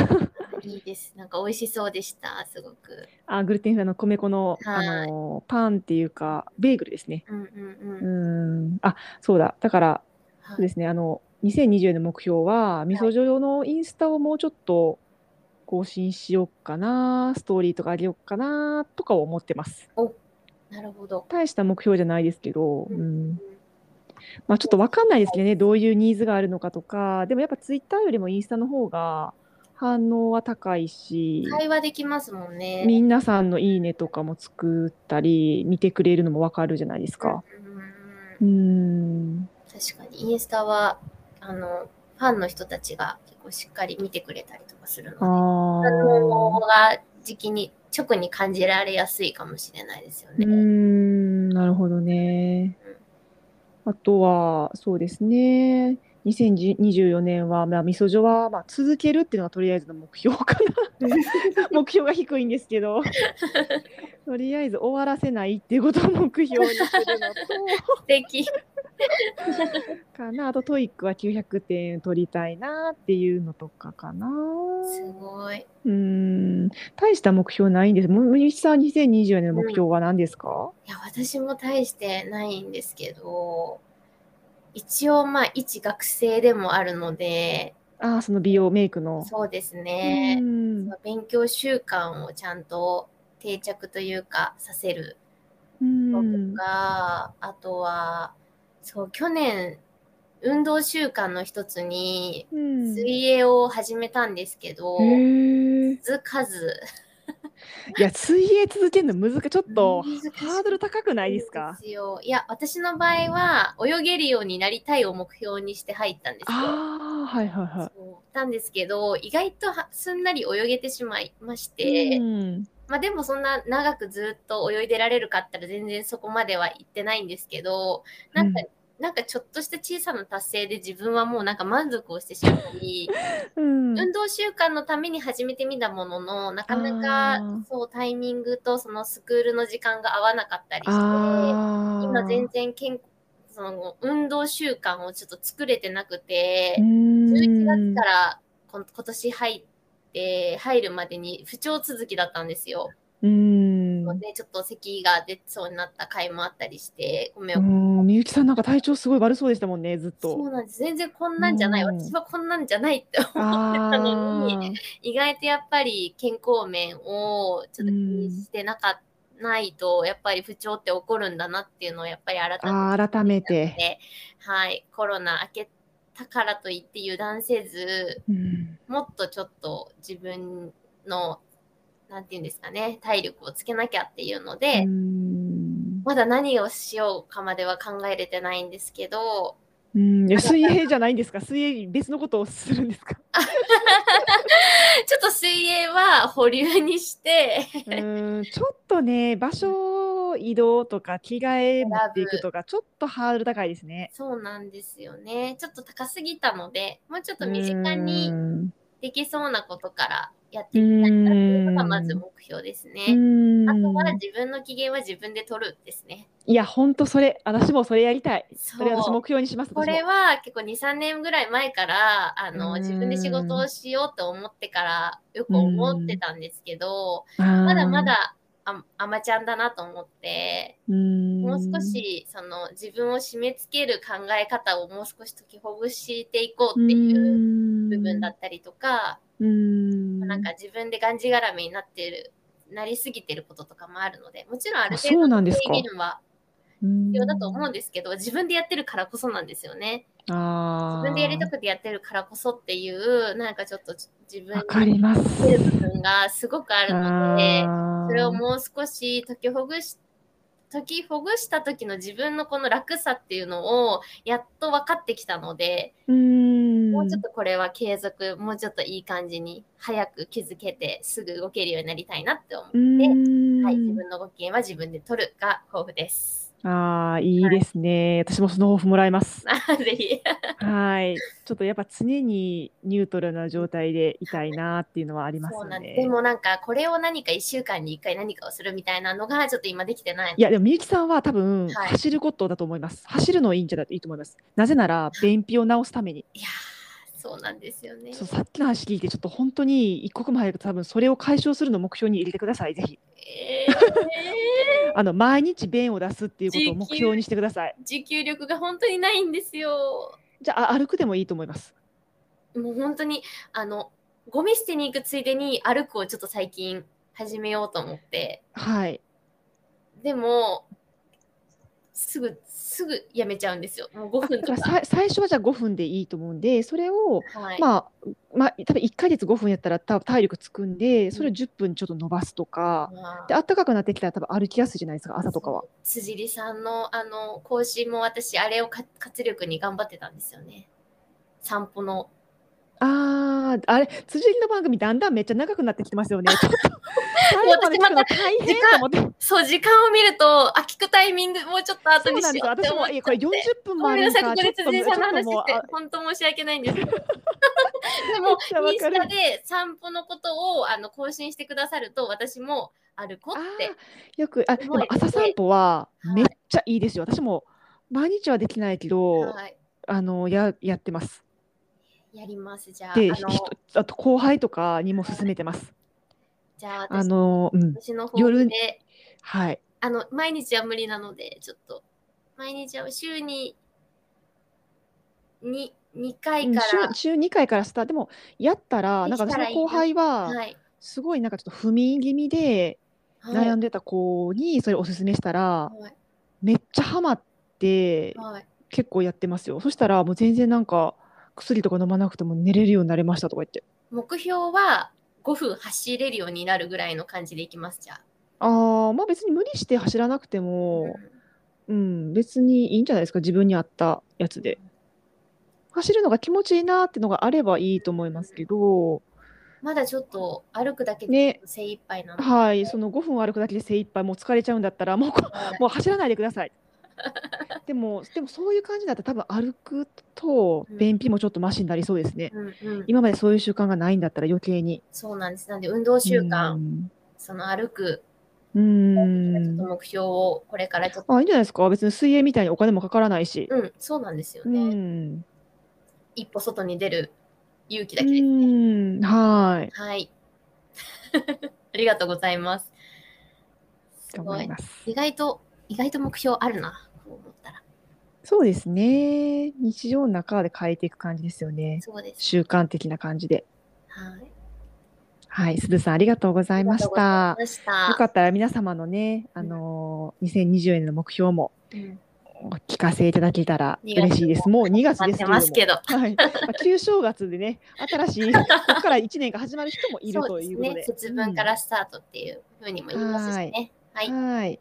B: いいです。なんか美味しそうでした、すごく。
A: あグルテンフリーの米粉の、
B: はい
A: あのーパンっていうか、ベーグルですね。
B: うんうん
A: う
B: うん。
A: ん。あ、そうだ。だから、
B: は
A: そうで
B: い、
A: すね、あの、2020年の目標は、みそじょのインスタをもうちょっと更新しようかな、ストーリーとかあげようかな、とか思ってます。
B: なるほど。
A: 大した目標じゃないですけど、
B: う
A: うんんまあ、ちょっとわかんないですけどね、どういうニーズがあるのかとか、でもやっぱツイッターよりもインスタの方が反応は高いし、
B: 会話できますもんね。
A: みんなさんのいいねとかも作ったり、見てくれるのもわかるじゃないですか。
B: うんうんうん
A: うーん、
B: 確かにインスタはあのファンの人たちが結構しっかり見てくれたりとかするので
A: あ
B: 反応
A: ー
B: が直に直に感じられやすいかもしれないですよ
A: うー
B: ね。
A: ん、なるほどね。あとは、そうですね。2024年は、まあ、みそじょは、まあ、続けるっていうのがとりあえずの目標か な。目標が低いんですけど、とりあえず終わらせないっていうことを目標にするのと、
B: 素敵。
A: かな。あと、トイックは900点取りたいなっていうのとかかな。
B: すごい。
A: うーん。大した目標ないんです。むゆきさん、2024年の目標は何ですか、
B: いや私も大してないんですけど一応まあ一学生でもあるので
A: ああ、その美容メイクの。
B: そうです
A: う
B: ね。
A: ーん。
B: 勉強習慣をちゃんと定着というかさせる
A: う
B: と
A: ん。
B: か、あとはそう去年運動習慣の一つに
A: うん
B: 水泳を始めたんですけど、
A: へー
B: 続かず
A: いや、水泳続けるの難しい。ちょっと、
B: 難しい
A: ハードル高くないですか
B: ですよいや私の場合は泳げるようになりたいを目標にして入ったんですよ。
A: ああ、はいはいは
B: そうなんですけど意外とはすんなり泳げてしまいまし
A: い。
B: て、
A: うん
B: まあでもそんな長くずっと泳いでられるかったら全然そこまでは行ってないんですけどなんか、なんかちょっとした小さな達成で自分はもうなんか満足をしてしまい、
A: うん
B: 運動習慣のために始めてみたもののなかな
A: あー
B: かそうタイミングとそのスクールの時間が合わなかったりして
A: あー
B: 今全然健その運動習慣をちょっと作れてなくて。11月からこん今年入って入るまでに不調続きだったんですよ。
A: うん。うん
B: でちょっと咳が出そうになった回もあったりしてごめん、
A: うんみゆきさんなんか体調すごい悪そうでしたもんね、ずっ
B: そう
A: と。
B: なんです全然こんなんじゃない、
A: うん
B: 私はこんなんじゃ ないって
A: あ
B: たのに
A: ー
B: 意外とやっぱり健康面をちょっと気にしてなかないとやっぱり不調って起こるんだなっていうのをやっぱり改めて
A: あー、改めて。
B: ではい、コロナ明けたからといって油断せず
A: うん
B: もっとちょっと自分の、なんていうんですかね、体力をつけなきゃっていうので、
A: うん
B: まだ何をしようかまでは考えれてないんですけど、
A: うんいや水泳じゃないんですか水泳、別のことをするんですか
B: ちょっと水泳は保留にして、
A: うんちょっとね、場所移動とか着替え持っていくとか、ちょっとハードル高いですね。
B: そうなんですよね。ちょっと高すぎたので、もうちょっと身近にできそうなことからやっていきたいなっていうのがまず目標ですね。あとは自分の機嫌は自分で取るですね。
A: いや、ほんとそれ、私もそれやりたい。
B: そ
A: それ私目標にします。
B: これ
A: は、
B: は結構23年ぐらい前からあの
A: うん
B: 自分で仕事をしようと思ってからよく思ってたんですけど、ま
A: ま
B: だま、だああまちゃんだなと思って、
A: も
B: もう少、しその自分を締め付ける考え方をもう少し解きほぐしていこうっていう部
A: 部
B: 分だ
A: っ
B: ったりとか、
A: た。な
B: なんか、自分でがんじがらめになってるなりすぎてることとかもあるのでもちろんある
A: あそ
B: 程
A: うな
B: 度
A: ん
B: の
A: です
B: 制
A: か
B: 限は
A: 必
B: 必要だと思うんですけど、自分でやってるからこそなんですよね。
A: ああ。
B: 自分でやりたくてやってるからこそっていう、なんかちょっと自分
A: わかります。
B: てる部分がすごくあるので、
A: あー
B: それをもう少し解きほぐし、解きほぐした時の自分のこの楽さっていうのをやっと分かってきたので、
A: うーん。
B: もうちょっとこれは継続、もうちょっといい感じに早く気づけてすぐ動けるようになりたいなって思
A: う
B: う。
A: ーん
B: はい、自分のご機嫌は自分で取るが抱負です。
A: ああ、いいですね。私もその抱負もらい ます。
B: あぜひ。
A: はい。ちょっとやっぱ常にニュートラルな状態でいたいなっていうのはあります
B: そうなんです。で
A: ね。
B: もなんか、これを何か1週間に1回何かをするみたいなのが、ちょっと今できてない。
A: いや、でもみゆきさんは多分
B: はい
A: 走ることだと思います。走るのいいんじゃないいいと思います。なぜなら便秘を治すために。
B: いやー、そうなんですよね。
A: そうさっきの話聞いてちょっと本当に一刻も早く多分それを解消するのを目標に入れてください。ぜひ。
B: えー
A: あの毎日便を出すっていうことを目標にしてください。
B: 持久力が本当にないんですよ。
A: じゃああ歩くでもいいと思います。
B: もう本当に、あの、ゴミ捨てに行くついでに歩くをちょっと最近始めようと思って、
A: はい。
B: でも、すぐ、すぐやめちゃうんですよ。もう5
A: あ
B: 分
A: だか
B: と
A: ら
B: か。
A: さ最初はじゃあ5分でいいと思うんで、それを
B: はい、
A: まあ、まあ、多分1ヶ月5分やったら多分体力つくんで、それを10分ちょっと伸ばすとか、
B: まあ
A: で、暖かくなってきたら多分歩きやすいじゃないですか、朝とかは。
B: 辻里さんのあの更新も私あれをか活力に頑張ってたんですよね散歩の
A: あー、あれ、辻りの番組だんだんめっちゃ長くなってきてます よね。ちょっと、最後まで聞くの大変と思って。
B: そう時間を見るとあ聞くタイミングもうちょっと後
A: そう
B: に
A: なん
B: し
A: で
B: よ
A: すよ。
B: うって
A: 私
B: 思っ
A: も、
B: て
A: いやこれ40分も
B: ご
A: あ
B: めん
A: る
B: なんさい
A: か、
B: こ
A: ち
B: こ
A: ょ
B: で
A: っと、ち
B: 辻
A: ょ
B: 里さんの
A: っと
B: 話
A: もう
B: して
A: あ、
B: 本当申し訳ないん ですけどで
A: めっ
B: も
A: ちゃわ
B: イン
A: か
B: ス
A: る
B: タで散歩のことをあの更新してくださると私も歩こうって
A: あーよく、あ、でも朝散歩はめっちゃいいですよ。私も、毎日はできないけど、
B: はい、
A: あの、や、やってます。
B: やりますじゃああ
A: で、
B: の
A: ひとあと後輩とかにも勧めてます。
B: じ
A: あ
B: ゃあ私
A: の、うん、
B: 私の方
A: 夜
B: で
A: はい。
B: あの、毎日は無理なので、ちょっと、毎日は週に、に、2回
A: うん
B: か
A: 週週2回からスタートでもやったらな
B: で
A: んか私
B: きた
A: の
B: らいいな
A: 後輩
B: ら、
A: は
B: はい。
A: すごいなんかちょっと不眠気味で
B: はい
A: 悩んでた子にそれおすすめしたら
B: はい
A: めっちゃハマって
B: はい
A: 結構やってますよそしたらもう全然なんか薬とか飲まなくても寝れるようになりましたとか言って
B: 目標は5分走れるようになるぐらいの感じでいきます、じゃあ。
A: あーまあ別に無理して走らなくても
B: うん
A: うん別にいいんじゃないですか自分に合ったやつで走るのが気持ちいいなってのがあればいいと思いますけど
B: まだちょっと歩くだけ
A: ね
B: で精一杯なので、
A: はい、その5分歩くだけで精一杯もう疲れちゃうんだったらもうこ
B: はい
A: もう走らないでください。でもでもそういう感じだったら多分歩くと
B: うん
A: 便秘もちょっとマシになりそうですね。
B: うんうん、
A: 今までそういう習慣がないんだったら余計に。
B: そうなんです。なんで、運動習慣、
A: うん
B: その歩く、
A: う
B: ちょっ
A: ん
B: と。目標をこれからちょっと、
A: あいいんじゃないですか。別に水泳みたいにお金もかからないし。
B: うん、そうなんですよ
A: う
B: ね。
A: ん。
B: 一歩外に出る勇気だ
A: う
B: けですね。
A: ん。はい。
B: はい。 ありがとうございます。す
A: 頑張
B: ご
A: り
B: い。
A: ます。
B: 意外と、意外と目標あるな、こう思ったら。
A: そうですね。日常の中で変えていく感じですよね。
B: そうです。
A: 習慣的な感じで。
B: はい。
A: はい。すずさんありがとうございました。
B: ありがとうございまし
A: よ
B: た。
A: かったら皆様のね、あ
B: うん
A: のー2020年の目標も
B: うん
A: お聞かせいただけたら
B: 2月
A: 嬉しいです。もう2月
B: 待
A: で
B: っ
A: すけれ
B: て
A: ど
B: ま
A: も
B: す。けど。
A: はい。まあ旧正月でね、新 しい、ここから1年が始まる人もいる
B: そ
A: と
B: うで
A: い
B: す
A: うこと
B: ね
A: で。。
B: 節分からスタートっていうふうにも言いますしね。はい。
A: うんはい。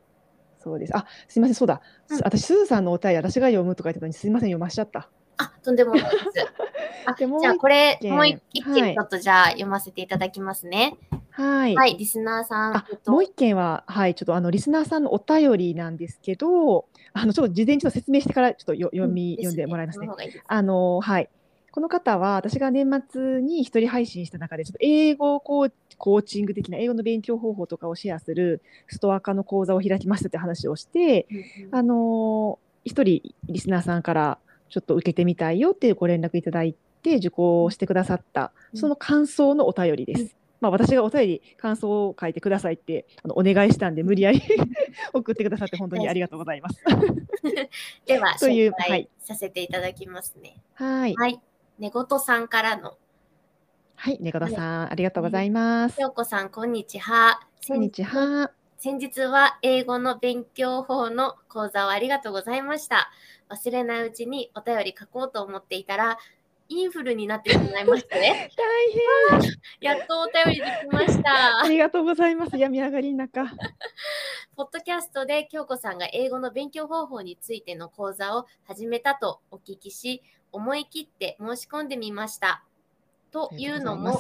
A: そうです。あ、すいません、そうだ。す私、すずさんのお便り、私が読むとか言ってたのに、すいません、読ましちゃった。
B: あ、とんでもない です。あ
A: でもう
B: じゃあこれ、
A: 一件
B: もう一一
A: は
B: 件
A: い
B: ちょっとじゃあ読ませていただきますね。
A: はい。
B: はい、リスナーさん。
A: あ
B: えっと
A: もう一件は、はい、ちょっとあのリスナーさんのお便りなんですけど、あのちょっと事前にちょっと説明してからちょっとよ読み、読んでもらいますね
B: そ。の方がいいです
A: あのはい。この方は私が年末に一人配信した中でちょっと英語コーコーチング的な英語の勉強方法とかをシェアするストア化の講座を開きましたって話をして、
B: うんうん
A: あの一人リスナーさんからちょっと受けてみたいよっていうご連絡いただいて受講してくださった
B: うん
A: その感想のお便りです。
B: うん
A: まあ、私がお便り感想を書いてくださいってあのお願いしたんで無理やり 送ってくださって本当にありがとうございます。
B: では、
A: という
B: 紹介
A: はい
B: させていただきますね。
A: はい、
B: はい。寝言さんからの、
A: はい、猫田さんありがとうございます。
B: ひょうこさん、こんにちは。
A: こんにちは。
B: 先日は英語の勉強法の講座をありがとうございました。忘れないうちにお便り書こうと思っていたら、インフルになってしまいましたね。
A: 大変
B: やっとお便りできました
A: あ。りがとうございます。病み上がりの中。
B: ポッドキャストで京子さんが英語の勉強方法についての講座を始めたとお聞きし、思い切って申し込んでみました。というのも、
A: うん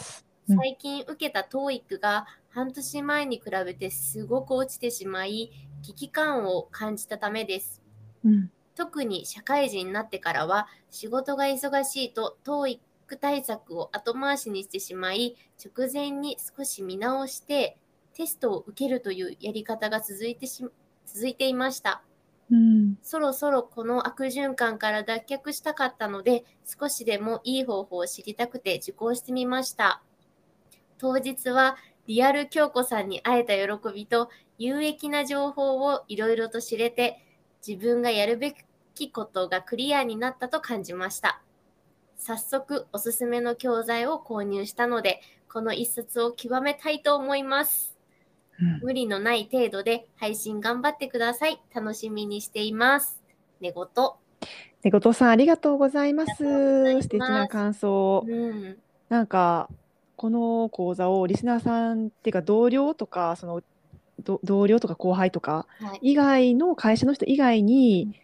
B: 最近受けた TOEIC が半年前に比べてすごく落ちてしまい、危機感を感じたためです。
A: うん、
B: 特に社会人になってからは仕事が忙しいと TOEIC 対策を後回しにしてしまい直前に少し見直してテストを受けるというやり方が続いてし続いていました
A: うん、
B: そろそろこの悪循環から脱却したかったので少しでもいい方法を知りたくて受講してみました当日はリアル京子さんに会えた喜びと有益な情報をいろいろと知れて自分がやるべきことがクリアになったと感じました。早速おすすめの教材を購入したので、この一冊を極めたいと思います。
A: うん
B: 無理のない程度で配信頑張ってください。楽しみにしています。寝言。
A: ね後藤さんありがとうございます。
B: います
A: 素敵な感想を。
B: うん。
A: なんかこの講座をリスナーさんっていうか同僚とかそのど同僚とか後輩とか
B: はい。
A: 以外の会社の人以外に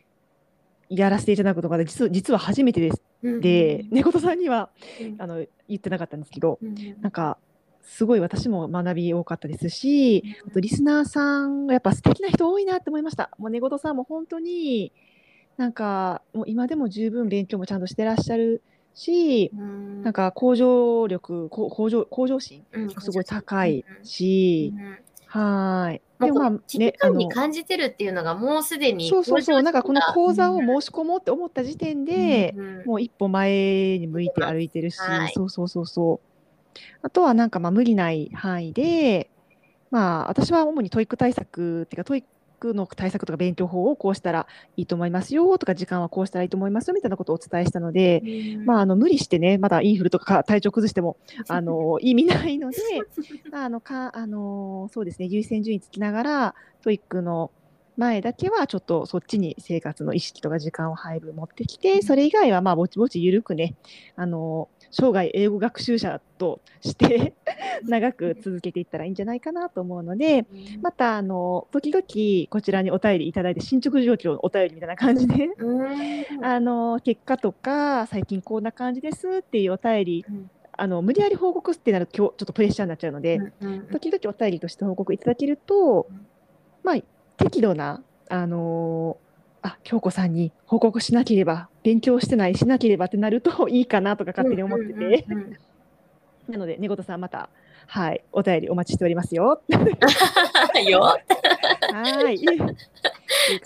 A: やらせていただくことが実実は初めてです。
B: うん
A: で、猫とさんには
B: うん
A: あの言ってなかったんですけど、
B: うん
A: なんかすごい私も学び多かったですし、あとリスナーさんがやっぱ素敵な人多いなって思いました。もう寝言さんも本当になんかもう今でも十分勉強もちゃんとしてらっしゃるし、
B: うん
A: なんか向上力、こう向上向上心
B: うん
A: がすごい高い
B: うん
A: し、
B: うん
A: はーい。
B: もう
A: もまあ
B: こう危機感に
A: ねあの
B: 感じてるっていうのがもうすでに
A: そうそうそう、なんかこの講座を
B: っ
A: 申し込もうって思った時点で、もう一歩前に向いて歩いてるし、
B: はい
A: そうそうそうそう。あとはなんかまあ無理ない範囲で、まあ私は主にトイック対策っていうかトイックの対策とか勉強法をこうしたらいいと思いますよとか時間はこうしたらいいと思いますよみたいなことをお伝えしたので、まああの無理してね、まだインフルとか体調崩してもあの意味ないので、まああのかあのそうですね優先順位つきながらトイックの前だけはちょっとそっちに生活の意識とか時間を配分持ってきて、それ以外はまあぼちぼち緩くね、あの生涯英語学習者として 長く続けていったらいいんじゃないかなと思うので、またあの時々こちらにお便りいただいて進捗状況のお便りみたいな感じで。
B: うん
A: あの結果とか最近こんな感じですっていうお便り、
B: うん
A: あの無理やり報告ってなると今日ちょっとプレッシャーになっちゃうので、
B: うんうん
A: 時々お便りとして報告いただけると、
B: うん
A: まあ適度なあのーあ京子さんに報告しなければ勉強してないしなければってなると いいかなとか勝手に思ってて、
B: うん うんうんうん
A: なので根本さんまたはいお便りお待ちしておりますよ
B: よ
A: はいという感
B: そう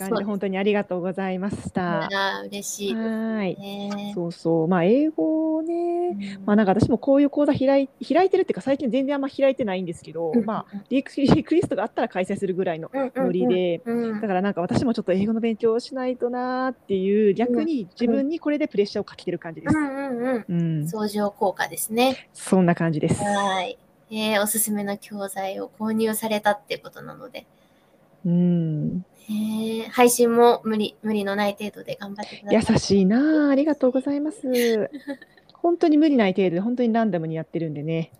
A: じ
B: で
A: です本当にありがとうございました。
B: あー嬉しいです
A: はい
B: ね。
A: そうそうまあ英語をね、まあなんか私もこういう講座開い開いてるっていうか最近全然あんま開いてないんですけど、まあ
B: あ、
A: リクリクエストがあったら開催するぐらいのノリで、
B: うん
A: だからなんか私もちょっと英語の勉強をしないとなーっていう逆に自分にこれでプレッシャーをかけてる感じで
B: う
A: す。
B: んうんうん。
A: うん、
B: 相乗効果ですね。
A: そんな感じです。
B: はい。えーおすすめの教材を購入されたってことなので、
A: うん、
B: えー配信も無理無理のない程度で頑張ってくだ
A: 優
B: さい。
A: しいなあ、ありがとうござい ます。本当に無理ない程度で本当にランダムにやってるんでね。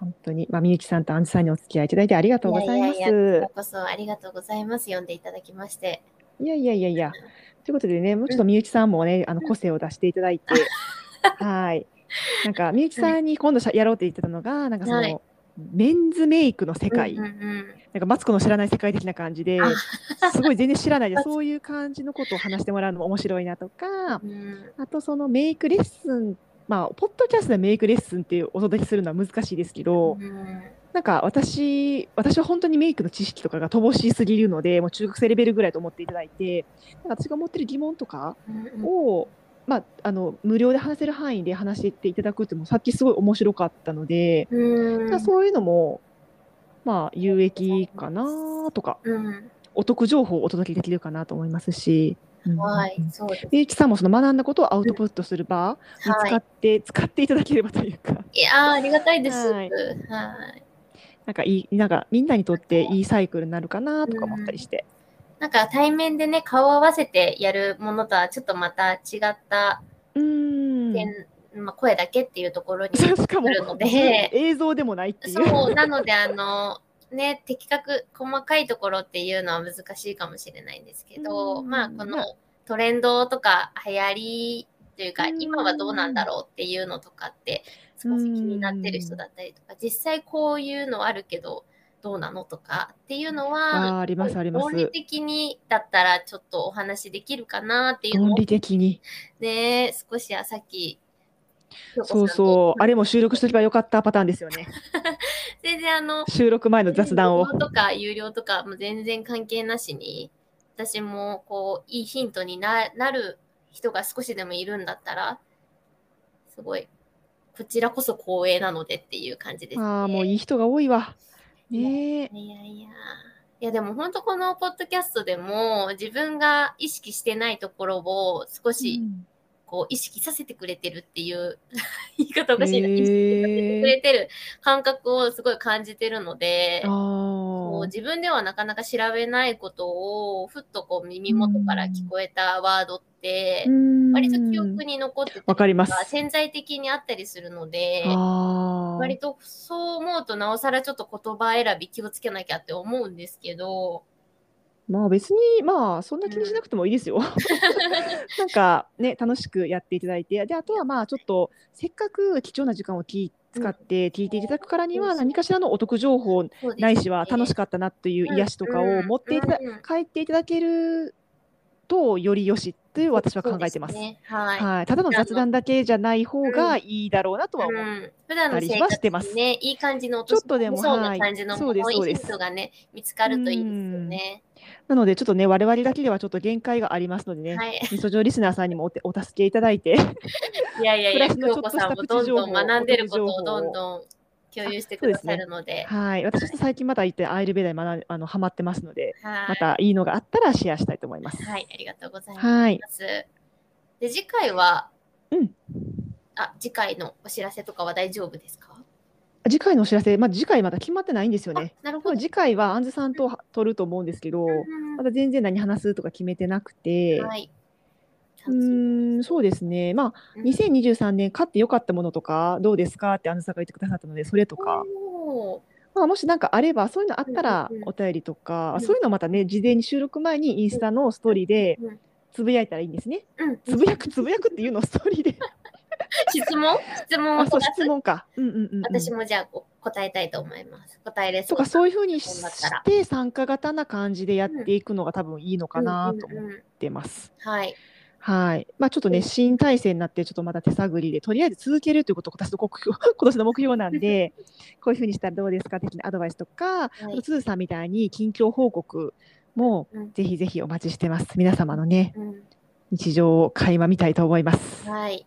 A: 本当に、まあ、みゆきさんとあんずさんにお付き合いいただいてありがとうございます。
B: いやいやいやこちらこそありがとうございます。読んでいただきまして。
A: いやいやいやいや。ということでね、もうちょっとみゆきさんもね、あの個性を出していただいて、はい。なんかみゆきさんに今度しゃやろうって言ってたのが、なんかその、
B: はい
A: メンズメイクの世界、
B: うんうん
A: なんかマツコの知らない世界的な感じで
B: あ、
A: すごい全然知らないで、 そういう感じのことを話してもらうのも面白いなとか、
B: うんうん
A: あとそのメイクレッスン、まあ、ポッドキャストでメイクレッスンっていうお届けするのは難しいですけど、
B: うん
A: なんか私、私は本当にメイクの知識とかが乏しすぎるので、もう中学生レベルぐらいと思っていただいて、なんか私が持ってる疑問とか
B: うん
A: を、まあ、あの無料で話せる範囲で話していただくっていうのもさっきすごい面白かったので、
B: うん
A: なんかそういうのも、まあ、有益かなとか、
B: うん
A: お得情報をお届けできるかなと思いますし。うん
B: はい、そうです。
A: みゆきさんもその学んだことをアウトプットする場に
B: は
A: 使って、使っていただければというか、
B: い。いやー、ありがたいです。は。
A: はいなんかいい、なんかみんなにとっていいサイクルになるかなとか思ったりして。
B: なんか対面でね、顔を合わせてやるものとはちょっとまた違った
A: うん。
B: 点、まあ、声だけっていうとこ ろに
A: そうしかも
B: 来るので、
A: 映像でもないっていう。
B: そう、なので、あの、ね、的確、細かいところっていうのは難しいかもしれないんですけど、
A: うん
B: まあ、こ
A: ま
B: のトレンドとか流行りというか、
A: うん
B: 今はどうなんだろうっていうのとかって、少し気になってる人だったりとか、実際こういうのあるけど、どうなのとかっていうのは、
A: あーありますあります
B: 論理的にだったらちょっとお話できるかなっていうの
A: 論
B: を
A: 理的に。
B: ね、少しはさっき、
A: そうそう。あれも収録しとけばよかったパターンですよ ね。
B: 全然あの、
A: 収録前の雑談を
B: 無。料とか有料とかも全然関係なしに、私もこう、いいヒントにななる人が少しでもいるんだったら、すごい、こちらこそ光栄なのでっていう感じです、ね。
A: ああ、もういい人が多いわ。ねえ。
B: いやいや。いやでも本当このポッドキャストでも自分が意識してないところを少し
A: うん
B: こう意識させてくれてるっていう 言い方おかしいな、
A: へえ
B: 意識させてくれてる感覚をすごい感じてるので
A: あ
B: こう
A: ー
B: 自分ではなかなか調べないことをふっとこう耳元から聞こえたワードって、
A: うん
B: 割と記憶に残ってたりと
A: わかります
B: 潜在的にあったりするので。
A: あー
B: 割とそう思うとなおさらちょっと言葉選び気をつけなきゃって思うんですけど、
A: まあ別にまあそんな気にしなくてもいいですよ。なんかね楽しくやっていただいてであとはまあちょっとせっかく貴重な時間をき使って聞いていただくからには
B: そうそう
A: 何かしらのお得情報ないしは楽しかったなという癒しとかを持っていただ
B: うんうん
A: 帰っていただけるとよりよしという私は考えてます。
B: そうでねはい、
A: はい、ただの雑談だけじゃない方がいいだろうなとは思う。
B: うん、普段
A: た
B: の
A: り
B: 生
A: はしてま
B: 活
A: す
B: にね、いい感じの落
A: ちょっとでも
B: そう
A: は
B: ない感じの
A: そうです
B: も
A: そう
B: いい
A: です
B: ヒントがね、見つかるといいですよね。
A: なのでちょっとね我々だけではちょっと限界がありますのでね、
B: はい。
A: みそじょリスナーさんにもお手お助けいただいて
B: いやいやい
A: プ
B: や、
A: ラス
B: ひ
A: の
B: よ
A: ちょっ
B: こと
A: し
B: さん
A: たプ
B: も
A: チ
B: どん
A: 情報
B: どん学んでること
A: お
B: を
A: 得情報
B: どんどん共有してくださるので、
A: はい私と最近まだ行ってアイルベーダに学んあのハマってますので
B: は
A: またいいのがあったらシェアしたいと思います。
B: い。はい、ありがとうございま
A: はい、
B: す。で、次回は、
A: うん
B: あ、次回のお知らせとかは大丈夫ですか
A: 次回のお知らせ、まあ、次回まだ決まってないんですよね。
B: なる
A: 多
B: ほど
A: 分。次回はアンズさんと撮ると思うんですけど、
B: うん
A: まだ全然何話すとか決めてなくて、
B: はい。
A: うーんそうですね、まあ、
B: うん
A: 2023年買ってよかったものとかどうですかってアンズさんが言ってくださったのでそれとか、
B: おー
A: まあ、もし何かあればそういうのあったら
B: うんうんうん
A: お便りとか、
B: うん
A: そういうのをまたね事前に収録前にインスタのストーリーで
B: うん
A: つぶやいたらいいんですね
B: うん、
A: つぶやくつぶやくっていうのをストーリーで
B: 質問質問を
A: あ
B: と
A: そう
B: か
A: 質問か、うんうんうんうん、
B: 私もじゃあこ答えたいと思います。答えれ
A: と
B: そう
A: かそういうふうに
B: そうだった
A: し
B: ら
A: て参加型な感じでやっていくのが多分いいのかなと
B: うんう
A: 思っ
B: んうん
A: てます。
B: はい。
A: はい。まあちょっと
B: う
A: ね、
B: ん
A: 新体制になって、ちょっとまだ手探りで、とりあえず続けるということが私の目標、 今年の目標なんで、こういうふうにしたらどうですか的なアドバイスとか、
B: はい
A: つ、ーさんみたいに近況報告も
B: うん、
A: ぜひぜひお待ちしてます。皆様のね、
B: うん
A: 日常を垣間見たいと思います。
B: はい。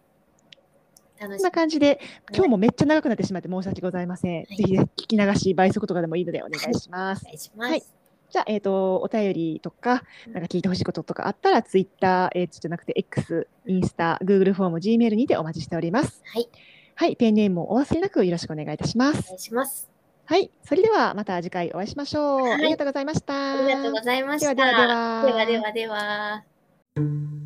B: 楽
A: こ
B: し
A: ん
B: み
A: な。感じで、今日もめっちゃ長くなってしまって申し訳ございません。
B: い
A: ぜひぜひ聞き流し、倍速とかでもいいのでお願いします
B: お。願いします。
A: はいじゃあ、えっ、と、お便りとか、なんか聞いてほしいこととかあったら、ツイッター、えー、じゃなくて X、インスタ、Google フォーム、Gmail にてお待ちしております。
B: はい。
A: はい、ペンネームをお忘れなくよろしくお願いいたしま
B: お
A: す。
B: 願いします。
A: はい、それではまた次回お会いしましょう。
B: はい
A: ありがとうございました。
B: ありがとうございました。
A: ではではでは
B: ではではでは